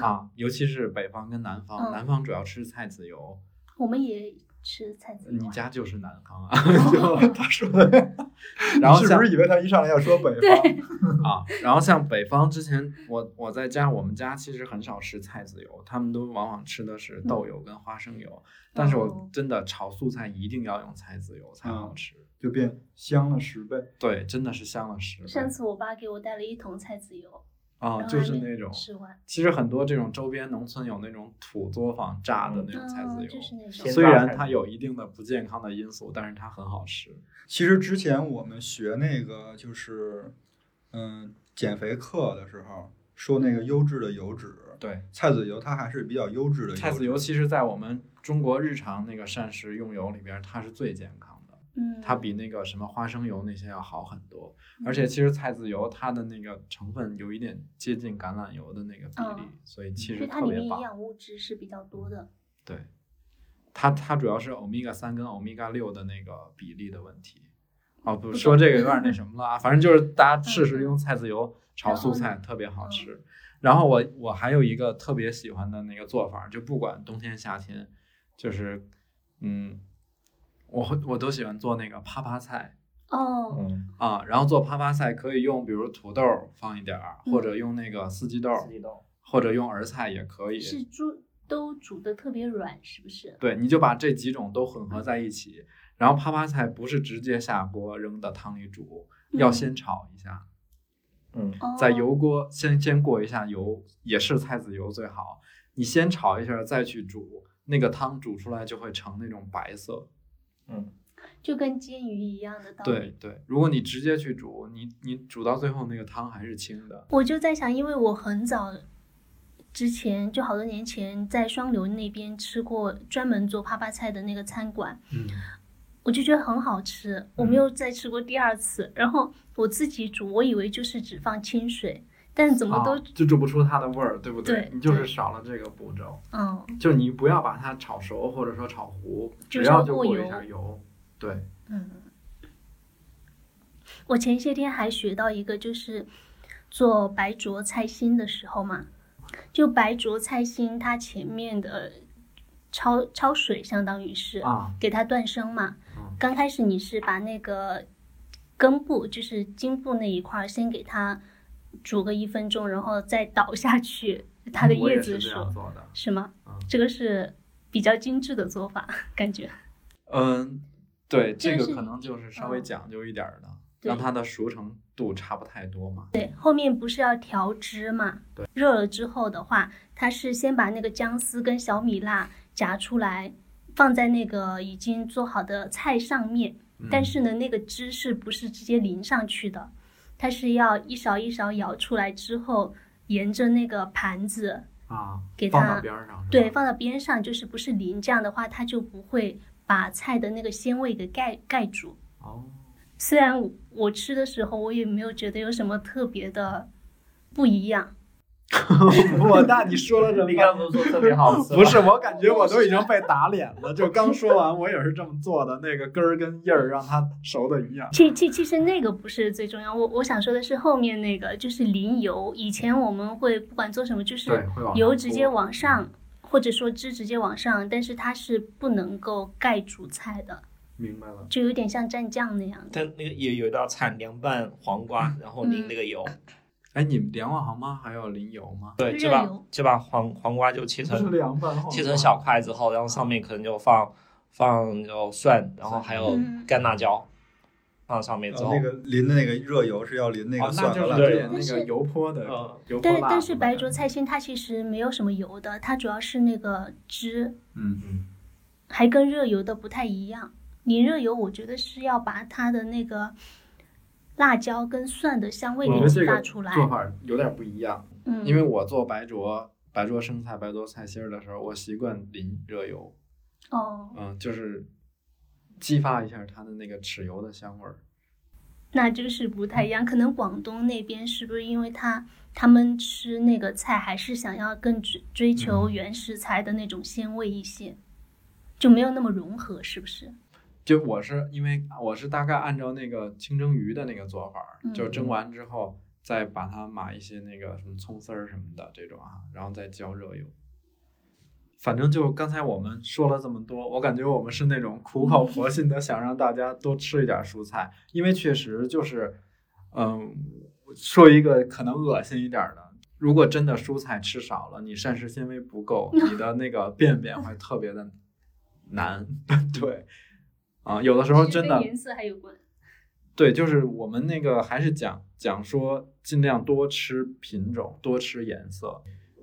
A: 啊，尤其是北方跟南方，
C: 嗯
A: 南方主要吃菜籽油，
C: 我们也吃菜籽
A: 你
C: 油。啊
A: 家就是南方 啊， 就他说 的， 然后
B: 你是
A: 像
B: 不是以为他一上来要说北方？
A: 啊，然后像北方之前我我在家，我们家其实很少吃菜籽油，他们都往往吃的是豆油跟花生油，但是我
C: 嗯哦
A: 真的炒素菜一定要用菜籽油才
B: 嗯
A: 好吃，
B: 就变香了十倍。
A: 对，真的是香了十倍
C: 上次我爸给我带了一桶菜籽油，
A: 啊，
C: 然后
A: 就
C: 还
A: 是
C: 没
A: 那种。
C: 吃完，
A: 其实很多这种周边农村有那种土作坊榨的那种菜籽
C: 嗯，
A: 油，
C: 就是那种
E: 鲜
A: 虽
E: 榨
A: 然
E: 菜
A: 它
E: 籽
A: 有一定的不健康的因素，但是它很好吃。
B: 其实之前我们学那个就是，嗯，减肥课的时候说那个优质的油脂，
A: 对，
B: 菜籽油它还是比较优质的油脂。
A: 菜籽油其实在我们中国日常那个膳食用油里边，它是最健康的，
C: 嗯，
A: 它比那个什么花生油那些要好很多。而且其实菜籽油它的那个成分有一点接近橄榄油的那个比例
C: 嗯，
A: 所以其
C: 所
A: 实
C: 以它
A: 特
C: 里
A: 别
C: 面营
A: 棒。
C: 养物质是比较多的。
A: 对，它它主要是欧米伽三跟欧米伽六的那个比例的问题。哦，不说这个有点那什么了啊，反正就是大家试试用菜籽油炒素菜，特别好吃。然后我我还有一个特别喜欢的那个做法，就不管冬天夏天，就是嗯，我会我都喜欢做那个啪啪菜。
C: 哦，
E: 嗯，
A: 啊，然后做啪啪菜可以用，比如土豆放一点儿，
C: 嗯
A: 或者用那个四季豆，
E: 四季豆，
A: 或者用儿菜也可以。
C: 是猪都煮的特别软，是不是？
A: 对，你就把这几种都混合在一起，然后啪啪菜不是直接下锅扔到汤里煮，要
C: 嗯
A: 先炒一下，
E: 嗯，
A: 在
C: 哦
A: 油锅先先过一下油，也是菜籽油最好。你先炒一下再去煮，那个汤煮出来就会呈那种白色。
E: 嗯
C: 就跟煎鱼一样的道理。
A: 对对，如果你直接去煮，你你煮到最后那个汤还是清的。
C: 我就在想，因为我很早之前就好多年前在双流那边吃过专门做啪啪菜的那个餐馆，
A: 嗯，
C: 我就觉得很好吃，我没有再吃过第二次。然后我自己煮，我以为就是只放清水，但怎么都、
A: 啊、就煮不出它的味儿，对不
C: 对
A: 你就是
C: 对
A: 少了这个步骤，
C: 嗯
A: 就你不要把它炒熟或者说炒糊，
C: 就
A: 只要
C: 是
A: 就
C: 过
A: 过
C: 油
A: 一下油。对，
C: 嗯。我前些天还学到一个，就是做白灼菜心的时候嘛，就白灼菜心它前面的焯焯水相当于是
A: 啊，
C: 给它断生嘛
A: 嗯。
C: 刚开始你是把那个根部，就是茎部那一块儿，先给它煮个一分钟，然后再倒下去它的
A: 嗯我也
C: 叶子
A: 是这样
C: 熟，
A: 做的。
C: 是吗
A: 嗯？
C: 这个是比较精致的做法，感觉。
A: 嗯，对，这
C: 但
A: 个
C: 是
A: 可
C: 你
A: 能就是稍微
C: 嗯
A: 讲究一点儿的，
C: 对
A: 让它的熟成度差不太多嘛。
C: 对，后面不是要调汁嘛？
A: 对，
C: 热了之后的话，它是先把那个姜丝跟小米辣夹出来，放在那个已经做好的菜上面。
A: 嗯
C: 但是呢，那个汁是不是直接淋上去的？它是要一勺一勺舀出来之后，沿着那个盘子，
A: 啊，
C: 给
A: 放
C: 它
A: 到边儿上是吧，
C: 对，放到边上，就是不是淋，这样的话它就不会把菜的那个鲜味给盖盖住。
A: 哦，
C: 虽然我我吃的时候，我也没有觉得有什么特别的不一样，
A: 我那你说了什
E: 你刚
A: 么？
E: 刚不是说特别好吃吗？
A: 不是，我感觉我都已经被打脸了。就刚说完，我也是这么做的，那个根儿跟叶儿让它熟的一样。
C: 其其其实那个不是最重要，我我想说的是后面那个，就是淋油。以前我们会不管做什么，就是
A: 对，会往
C: 油
A: 上
C: 直
A: 泼
C: 接往上，或者说汁直接往上，但是它是不能够盖住菜的，
A: 明白了，
C: 就有点像蘸酱那样的。
E: 但那个也有一道菜，凉拌黄瓜，然后淋那个油，
A: 哎，你们梁网行吗？还有淋油吗？
E: 对，就
C: 热
E: 把
C: 油
E: 就把黄黄瓜就切成
A: 凉拌
E: 切成小块之后，然后上面可能就放放有蒜，然后还有
C: 嗯
E: 干辣椒，放上面之
B: 呃
E: 后，
B: 那个淋的那个热油是要淋那
A: 哦
B: 个，蒜
A: 那
B: 和
A: 就是
B: 辣
A: 有
B: 椒
A: 点
B: 的，
A: 那个油泼的
E: 嗯，
A: 油泼
C: 但
A: 辣
C: 但
A: 子
C: 是
A: 的
C: 白
A: 感
C: 灼
A: 觉
C: 菜心它其实没有什么油的，它主要是那个汁，
A: 嗯
C: 还跟热油的不太一样。你热油，我觉得是要把它的那个辣椒跟蒜的香味
A: 我觉
C: 给
A: 得这
C: 激
A: 个
C: 发出来。
A: 做法有点不一样，
C: 嗯，
A: 因为我做白灼白灼生菜、白灼菜心儿的时候，我习惯淋热油，
C: 哦，
A: 嗯，就是激发一下它的那个豉油的香味儿。
C: 那就是不太一样。可能广东那边是不是因为他他们吃那个菜还是想要更追追求原食材的那种鲜味一些，就没有那么融合，是不是？
A: 就我是因为我是大概按照那个清蒸鱼的那个做法儿，
C: 嗯
A: 就蒸完之后再把它码一些那个什么葱丝儿什么的这种啊，然后再浇热油。反正就刚才我们说了这么多，我感觉我们是那种苦口婆心的想让大家多吃一点蔬菜，因为确实就是，嗯，说一个可能恶心一点儿的，如果真的蔬菜吃少了，你膳食纤维不够，你的那个便便会特别的难。 对，啊、有的时候真 的
C: 色还有关。
A: 对，就是我们那个还是讲讲说尽量多吃品种，多吃颜色，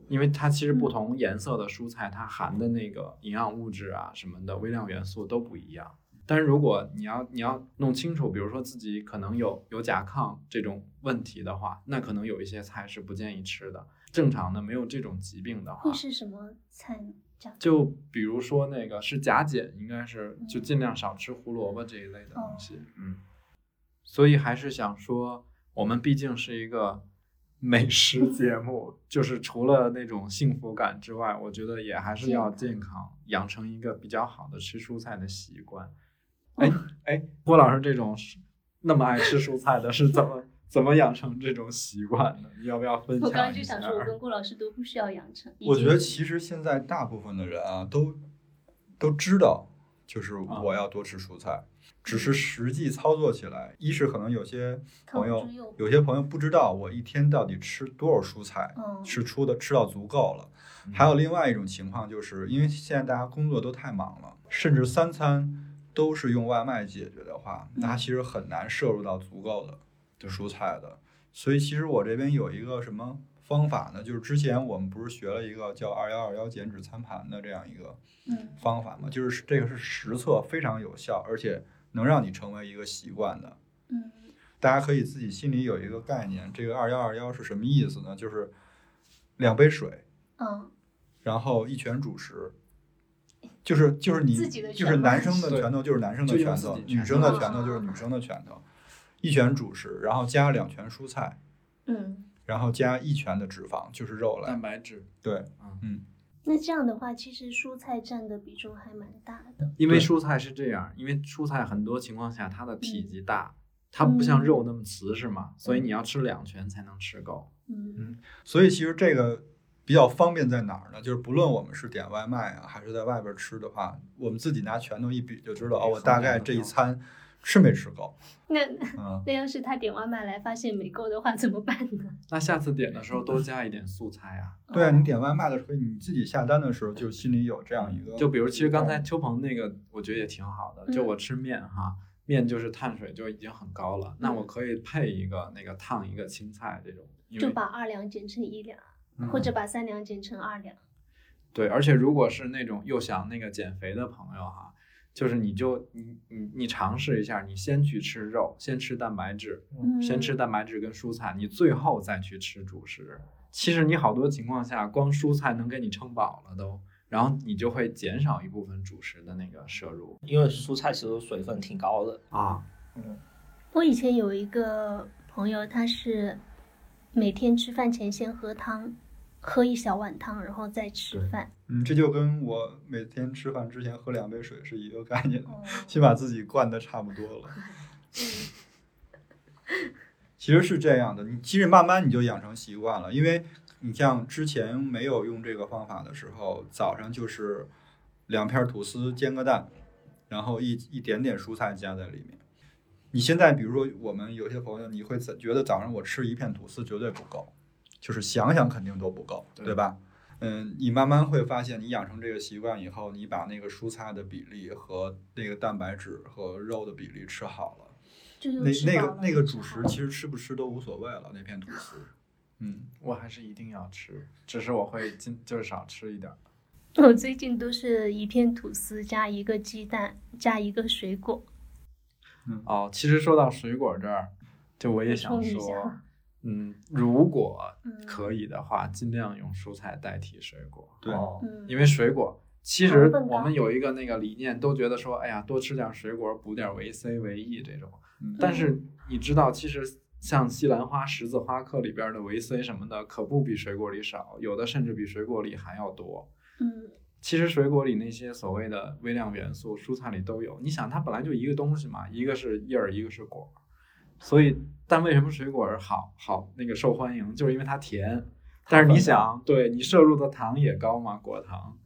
A: 因为它其实不同颜色的蔬菜，它含的那个营养物质啊什么的微量元素都不一样。但是如果你要你要弄清楚，比如说自己可能有有甲亢这种问题的话，那可能有一些菜是不建议吃的。正常的没有这种疾病的话，
C: 会是什么菜呢？这样
A: 就比如说那个是甲减，应该是就尽量少吃胡萝卜这一类的东
H: 哦
A: 西。嗯，所以还是想说，我们毕竟是一个 美食节目，就是除了那种幸福感之外，我觉得也还是要健康，养成
H: 哦
A: 一个比较好的吃蔬菜的习惯。哎哎，郭老师这种那么爱吃蔬菜的是怎么怎么养成这种习惯的？你要不要分享
H: 我
A: 一下？
H: 刚刚就想说，我跟郭老师都不需要养成。已
B: 我觉
H: 经
B: 得其实现在大部分的人啊，都都知道，就是
A: 啊
B: 我要多吃蔬菜，只
A: 嗯
B: 是实际操作起来，一是可能有些朋
H: 靠
B: 友
H: 猪肉
B: 有些朋友不知道我一天到底吃多少蔬菜，
H: 嗯
B: 是出的吃到足够了。还有另外一种情况，就是因为现在大家工作都太忙了，甚至三餐都是用外卖解决的话，那它其实很难摄入到足够的就蔬菜的。所以其实我这边有一个什么方法呢？就是之前我们不是学了一个叫“二幺二幺减脂餐盘”的这样一个
H: 嗯
B: 方法嘛，就是这个是实测非常有效，而且能让你成为一个习惯的。
H: 嗯
B: 大家可以自己心里有一个概念，这个“二幺二幺”是什么意思呢？就是两杯水，
C: 哦
H: 嗯，
B: 然后一拳主食，就是就是你
H: 自己的拳头哦
B: 就是男生的
A: 对
B: 拳头就是男生的
A: 就用
B: 拳
A: 自
B: 头
A: 己，拳
B: 女生的拳头就是女生的拳头，一拳主食，然后加两拳蔬菜，
H: 嗯，
B: 然后加一拳的脂肪，就是肉
A: 蛋
B: 类。
A: 白质，
B: 对，
C: 那这样的话，其实蔬菜占的比重还蛮大的。
A: 因为
B: 对
A: 蔬菜是这样，因为蔬菜很多情况下它的
C: 嗯
A: 体积大，它不像肉那么瓷实嘛，所以你要吃两拳才能吃够。
H: 嗯
B: 所以其实这个比较方便在哪儿呢？就是不论我们是点外卖啊，还是在外边吃的话，我们自己拿拳头一比就知道，哦，我大概这一餐吃没吃够。
C: 那
B: 嗯，
H: 哦
C: 那要是他点外卖来发现没够的话，怎么办呢？
A: 那下次点的时候多加一点素菜啊，
B: 对啊，你点外卖的时候，你自己下单的时候就心里有这样一个，
A: 就比如其实刚才秋鹏那个，我觉得也挺好的。
C: 嗯
A: 就我吃面哈，面就是碳水就已经很高了，那我可以配一个那个烫一个青菜这种，因
C: 嗯就
A: 为
C: 把二两减成一两，
B: 嗯
C: 或者把三两减成二两。
A: 对，而且如果是那种又想那个减肥的朋友哈，就是你就你你你尝试一下，你先去吃肉，先吃蛋白质，
C: 嗯，
A: 先吃蛋白质跟蔬菜，你最后再去吃主食。其实你好多情况下，光蔬菜能给你撑饱了都，然后你就会减少一部分主食的那个摄入
E: 因为蔬菜其实水分挺高的，
A: 啊。
C: 我以前有一个朋友，他是每天吃饭前先喝汤，喝一小碗汤，然后再吃饭。
B: 嗯，这就跟我每天吃饭之前喝两杯水是一个概念，
H: 哦
B: 先把自己灌的差不多了。其实是这样的，你其实慢慢你就养成习惯了，因为你像之前没有用这个方法的时候，早上就是两片吐司煎个蛋，然后一一点点蔬菜加在里面。你现在比如说我们有些朋友，你会怎觉得早上我吃一片吐司绝对不够，就是想想肯定都不够，
A: 对
B: 对吧？嗯，你慢慢会发现，你养成这个习惯以后，你把那个蔬菜的比例和那个蛋白质和肉的比例吃好了，
C: 就又
B: 那
C: 吃
B: 那
C: 饱
B: 个
C: 了
B: 那个主
C: 又
B: 食
C: 吃
B: 其实吃不吃都无所谓了，那片吐司。嗯，
A: 我还是一定要吃，只是我会尽就是少吃一点儿。
C: 饱了我最近都是一片吐司加一个鸡蛋加一个水果。
B: 嗯啊
A: 哦，其实说到水果这儿，就我也想
C: 补充一
A: 说
C: 下，
A: 嗯，如果
C: 嗯
A: 可以的话，尽量用蔬菜代替水果，
B: 对
E: 哦
C: 嗯，
A: 因为水果其
C: 糖
A: 实
C: 分
A: 我
C: 高
A: 们有一个那个理念，都觉得说，哎呀，多吃点水果，补点维 C、维 E 这种。
B: 嗯
A: 但是你知道，其实像西兰花、十字花科里边的维 C 什么的，可不比水果里少，有的甚至比水果里还要多。
C: 嗯
A: 其实水果里那些所谓的微量元素，蔬菜里都有。你想，它本来就一个东西嘛，一个是叶儿，一个是果儿，所以，但为什么水果儿好好那个受欢迎，就是因为它甜。但是你想，对你摄入的糖也高嘛，果糖。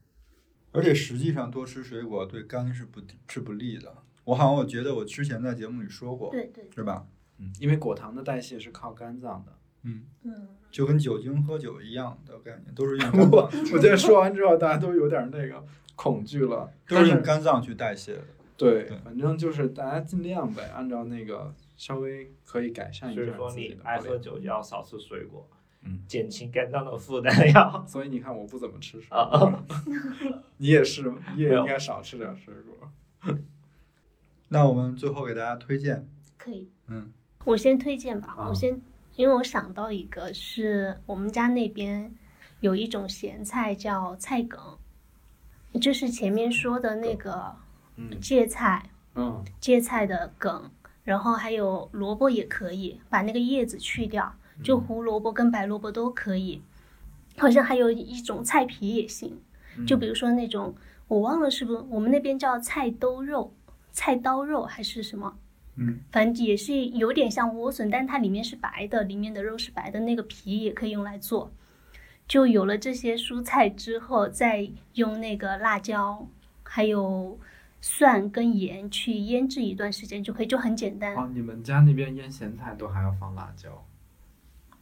B: 而且实际上多吃水果对肝是不是不利的。我好像我觉得我之前在节目里说过，
C: 对对，
B: 是吧？
A: 嗯，因为果糖的代谢是靠肝脏的。
B: 嗯，
C: 嗯，
B: 就跟酒精喝酒一样的概念，都是 用肝脏，
A: 我觉得说完之后，大家都有点那个恐惧了。
B: 都是
A: 但
B: 用肝脏去代谢的。
A: 对
B: 对，
A: 反正就是大家尽量呗，按照那个稍微可以改善一下
E: 所以说
A: 自己
E: 你
A: 的
E: 爱
A: 口
E: 喝
A: 味
E: 酒就要少吃水果，
A: 嗯
E: 减轻肝脏的负担要。
A: 所以你看，我不怎么吃水
E: 啊
A: 果， 你也是，你也
E: 没
A: 应
E: 有
A: 该少吃点水果。
B: 那我们最后给大家推荐，
C: 可以。
B: 嗯，
C: 我先推荐吧，
A: 啊
C: 我先，因为我想到一个是我们家那边有一种咸菜叫菜梗，就是前面说的那个
A: 嗯
C: 芥菜，
A: 嗯，
C: 芥菜的梗，然后还有萝卜也可以，把那个叶子去掉，
A: 嗯
C: 就胡萝卜跟白萝卜都可以。好像还有一种菜皮也行，
A: 嗯
C: 就比如说那种我忘了是不，我们那边叫菜兜肉、菜刀肉还是什么，
B: 嗯，
C: 反正也是有点像莴笋，但它里面是白的，里面的肉是白的，那个皮也可以用来做。就有了这些蔬菜之后，再用那个辣椒，还有蒜跟盐去腌制一段时间就可以，就很简单。
A: 哦，你们家那边腌咸菜都还要放辣椒？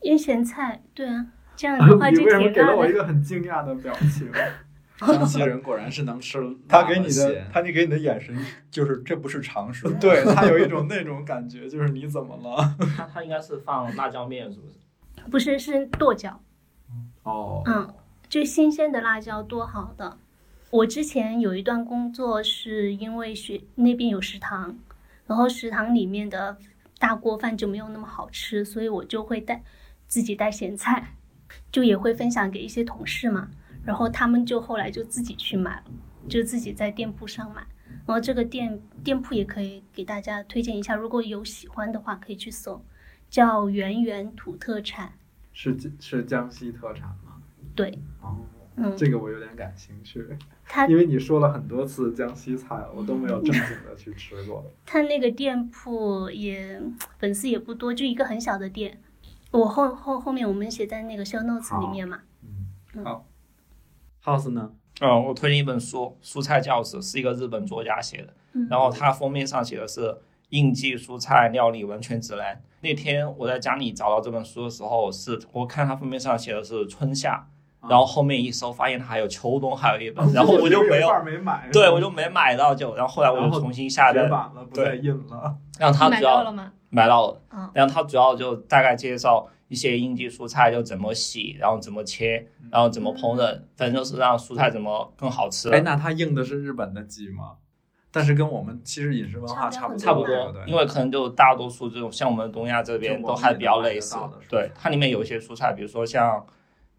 C: 腌咸菜，对啊，这样的话
A: 你
C: 就
A: 为什么
C: 挺
A: 给了
C: 辣
A: 我一
C: 的。
A: 个很惊讶的表 情？张其人果然是能吃
B: 他
A: 辣
B: 给你
A: 咸
B: 的，他你给你的眼神就是这不是常 识。
A: 对他有一种那种感觉，就是你怎么了？
E: 他他应该是放辣椒面是不 是？
C: 不是，是剁椒，
A: 哦，
C: 嗯，就新鲜的辣椒多好的。我之前有一段工作是因为学那边有食堂，然后食堂里面的大锅饭就没有那么好吃，所以我就会带自己带咸菜，就也会分享给一些同事嘛。然后他们就后来就自己去买了，就自己在店铺上买。然后这个店店铺也可以给大家推荐一下，如果有喜欢的话可以去搜，叫圆圆土特产。
A: 是是江西特产吗？
C: 对，
A: 哦，
C: 嗯，
A: 这个我有点感兴趣，
C: 它
A: 因为你说了很多次江西菜，我都没有正经的去吃过。
C: 他那个店铺也粉丝也不多，就一个很小的店。我后后后面我们写在那个 show notes 里面嘛。
A: House 呢？
E: 嗯，我推荐一本书，《蔬菜教室》，是一个日本作家写的。
C: 嗯
E: 然后它封面上写的是“应季蔬菜料理文全指南”。那天我在家里找到这本书的时候，是我看它封面上写的是春夏，
A: 啊
E: 然后后面一搜发现它还有秋冬，还有一本，然后我就没
A: 一
E: 有
A: 块，儿没买，
E: 对我就没买到就，然后后来我
A: 然
E: 就
A: 后
E: 重新下
A: 绝
E: 单，
A: 版了，不再印了。
E: 让它
I: 买
E: 主
I: 到
E: 要
I: 了吗？
E: 买到了
I: 嗯，
E: 然后它主要就大概介绍一些应季蔬菜就怎么洗，然后怎么切，然后怎么烹饪，
C: 嗯
E: 反正就是让蔬菜怎么更好吃。
A: 哎，那它印的是日本的季吗？但是跟我们其实饮食文化差
C: 差不
A: 不
C: 多
E: 差不
A: 多，
E: 多
A: 对，
E: 因为可能就大多数这种像我们东亚这
A: 就
E: 边
A: 我
E: 都
A: 们
E: 还
A: 也
E: 比较
A: 能买
E: 类
A: 得
E: 似
A: 到的蔬，
E: 对
A: 菜
E: 它里面有一些蔬菜，比如说像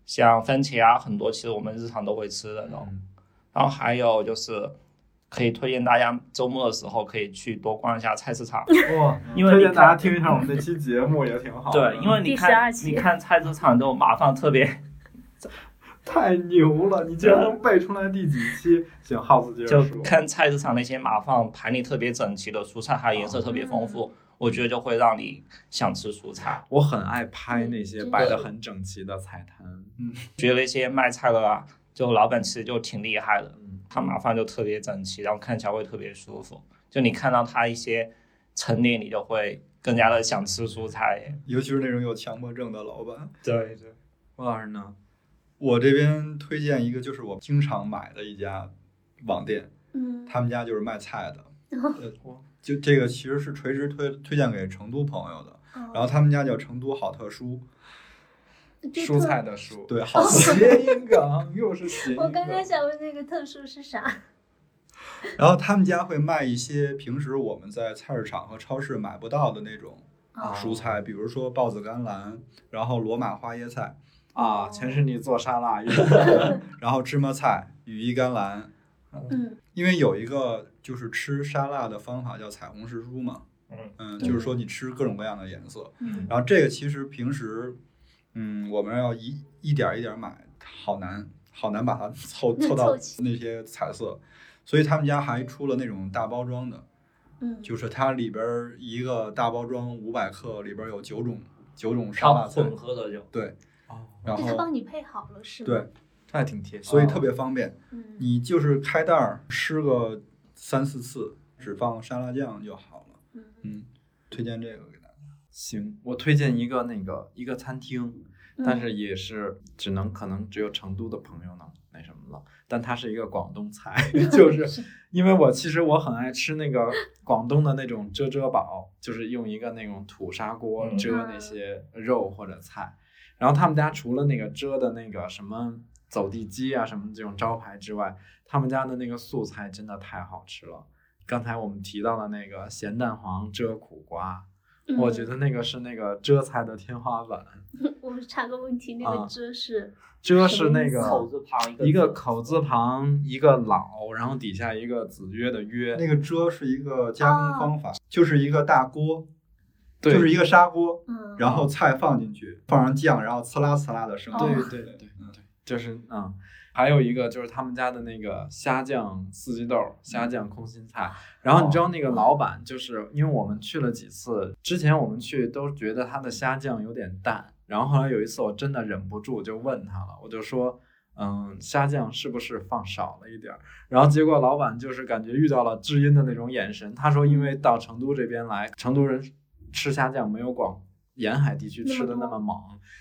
E: 像番茄啊，很多其实我们日常都会吃的，然后
A: 嗯
E: 然后还有就是可以推荐大家周末的时候可以去多逛一下菜市场，
A: 哇，
E: 因为
A: 推
E: 你
A: 荐大家
E: 看
A: 听一下我们那期节目也挺好的。
E: 对，因为你
C: 第
E: 看
C: 12期
E: 你看菜市场这种麻烦特别，
A: 太牛了，你居然能背出来第几期？行，House 接着
E: 就
A: 说。
E: 看菜市场那些码放盘里特别整齐的蔬菜，还有颜色特别丰富，我觉得就会让你想吃蔬菜。
A: 我很爱拍那些
C: 嗯
A: 摆的很整齐的菜摊，
E: 觉得那些卖菜的啊，就老板其实就挺厉害的，
A: 嗯，
E: 他码放就特别整齐，然后看起来会特别舒服。就你看到他一些陈列，你就会更加的想吃蔬菜。
B: 尤其是那种有强迫症的老板。
E: 对对，
A: 郭老师呢？
B: 我这边推荐一个，就是我经常买的一家网店，
C: 嗯
B: 他们家就是卖菜的。呃就这个其实是垂直推推荐给成都朋友的，然后他们家叫成都好特蔬，
C: 就
A: 蔬
C: 特
A: 菜的蔬，
B: 对，好特。
A: 谐音梗又是谐音梗。
C: 我刚刚想问那个特殊是啥？
B: 然后他们家会卖一些平时我们在菜市场和超市买不到的那种
C: 哦
B: 蔬菜，比如说豹子甘蓝，然后罗马花椰菜，
C: 哦
A: 啊，全是你做沙拉用的，
B: 然后芝麻菜、羽衣甘蓝。
C: 嗯，
B: 因为有一个就是吃沙拉的方法叫彩虹食蔬嘛，
E: 嗯
B: 就是说你吃各种各样的颜色。
C: 嗯
B: 然后这个其实平时，嗯，我们要一一点儿一点儿买，好难好难把它凑
C: 嗯
B: 凑到
C: 凑齐
B: 那些彩色，所以他们家还出了那种大包装的，
C: 嗯
B: 就是它里边儿一个大包装五百克，里边儿有九种九种沙
E: 它
B: 拉菜
E: 混，合的就
B: 对，
A: 哦
B: 然
C: 就是
B: 后
C: 帮你配好了是吗？
B: 对，
A: 这还挺贴心。
B: 所
E: 哦
B: 以特别方便，
C: 嗯，
B: 你就是开袋儿吃个三四次，只放沙拉酱就好了。
C: 嗯
B: 嗯，推荐这个给大家。
A: 行，我推荐一个那个一个餐厅，
C: 嗯
A: 但是也是只能可能只有成都的朋友能那什么了。但它是一个广东菜， 就是因为我其实我很爱吃那个广东的那种遮遮煲，就是用一个那种土砂锅
E: 嗯
A: 遮那些肉或者菜。然后他们家除了那个遮的那个什么走地鸡啊什么这种招牌之外，他们家的那个素菜真的太好吃了。刚才我们提到的那个咸蛋黄遮苦瓜，我觉得那个是那个遮菜的天花板，
C: 嗯 我插个问题，那
A: 啊
C: 个遮是
A: 遮是那
E: 口
A: 个
E: 字旁一个
A: 一个口字旁一个老，然后底下一个子曰的曰，
B: 那个遮是一个加工方法，就是一个大锅，就
A: 对
B: 是一个砂锅，
C: 嗯，
B: 然后菜放进去，放上酱，然后呲啦呲啦的声音。
C: 哦
A: 对对对
B: 嗯
A: 就是嗯，还有一个就是他们家的那个虾酱四季豆、虾酱空心菜。然后你知道那个老板，就是因为我们去了几次，之前我们去都觉得他的虾酱有点淡，然后后来有一次我真的忍不住就问他了，我就说。嗯，虾酱是不是放少了一点儿？然后结果老板就是感觉遇到了知音的那种眼神。他说，因为到成都这边来，成都人吃虾酱没有广沿海地区吃的那么猛，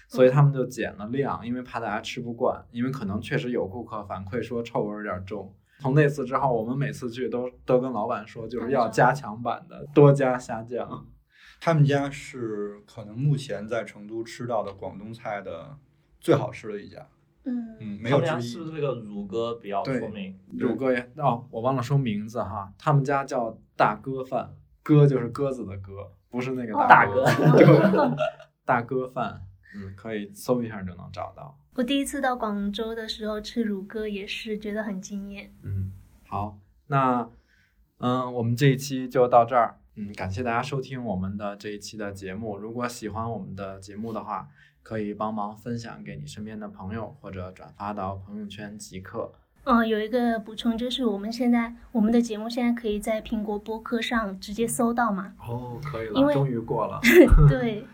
A: 所以他们就减了量，因为怕大家吃不惯，因为可能确实有顾客反馈说臭味儿有点重。从那次之后，我们每次去都都跟老板说，就是要加强版的，多加虾酱。
B: 他们家是可能目前在成都吃到的广东菜的最好吃的一家，
C: 嗯，
B: 嗯，没
E: 他
B: 有
E: 们家
B: 之
E: 是不
B: 一。
E: 是那个乳鸽比较
A: 对
E: 出名？
A: 乳鸽也哦，我忘了说名字哈，他们家叫大哥饭，鸽就是鸽子的鸽，不是那个
E: 大
A: 哥，
E: 哥，
A: 对，大哥饭，嗯，可以搜一下就能找到。
C: 我第一次到广州的时候吃乳鸽也是觉得很惊艳。
A: 嗯，好，那嗯，我们这一期就到这儿。嗯，感谢大家收听我们的这一期的节目。如果喜欢我们的节目的话，可以帮忙分享给你身边的朋友，或者转发到朋友圈即可。
C: 嗯，有一个补充就是，我们现在我们的节目现在可以在苹果播客上直接搜 到嘛？
A: 哦，可以
C: 因为
A: 于过了。
C: 对，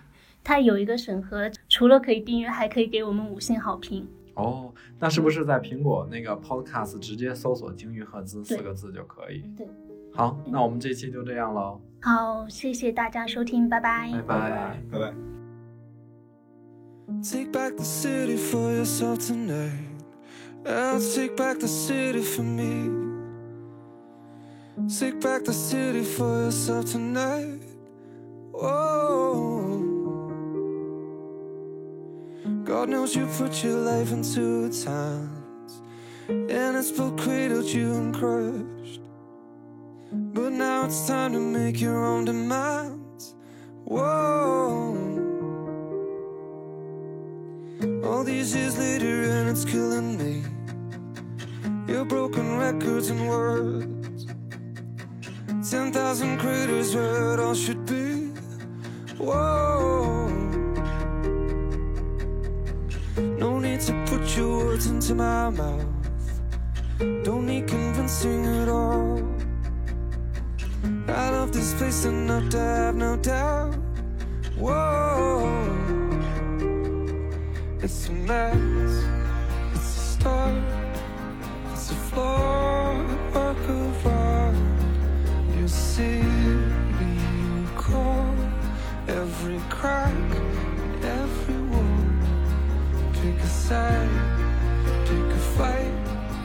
C: 它有一个审核，除了可以订阅，还可以给我们五星好评。
A: 哦，那是不是在苹果那个 Podcast 直接搜索“鲸鱼赫兹”
C: 对
A: 四个字就可以？
C: 对。
A: 好，那我们这期就这样喽，
C: 好，谢谢大家收听，拜拜。
A: 拜
B: 拜拜。
D: Take back the city for yourself tonight. I'll take back the city for me. Take back the city for yourself tonight. Whoa. God knows you put your life into its hands, and it's both cradled you and crushed. But now it's time to make your own demands. Whoa. All these years later, and it's killing me. Your broken records and words. 10,000 craters where it all should be. Whoa. No need to put your words into my mouth. Don't need convincing at all. I love this place enough to have no doubt. Whoa. It's a mess. It's a start. It's a floor work of art. You see, you call every crack, every wall. Pick a side, pick a fight,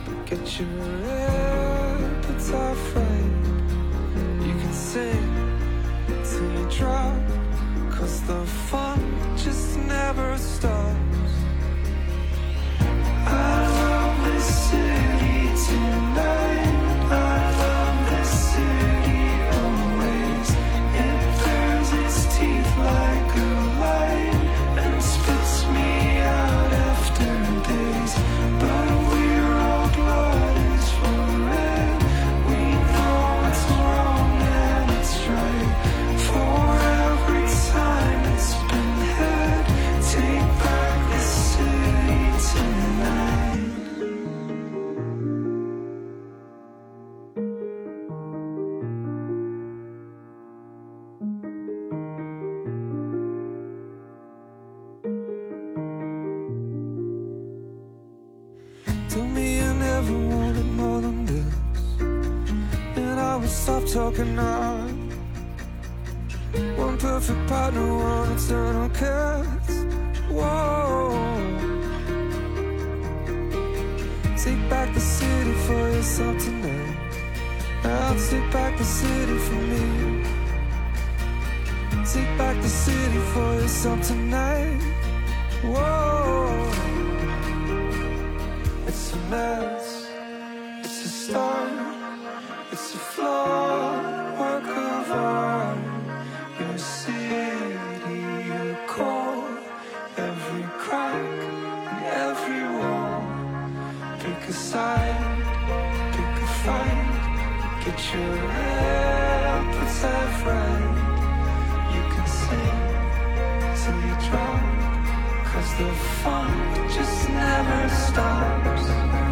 D: but get your appetite right. You can sing till you drop, cause the fun just never stops. I love this city tonight. I love this city always. It burns its teeth like a light and spits me out after days. But we're all blood is forever. We know it's wrong and it's right. For every time it's been had, take back this city tonight. Tell me you never wanted more than this. And I would stop talking now. One perfect partner, one eternal kiss. Whoa. Take back the city for yourself tonight. I'll take back the city for me. Take back the city for yourself tonight. Whoa. It's a mess. It's a start. It's a flaw. Work of art. Your city, you call every crack and every wall. Pick a side. Pick a fight. Get your appetite right. You can sing till you drop. Cause the fun just never stops.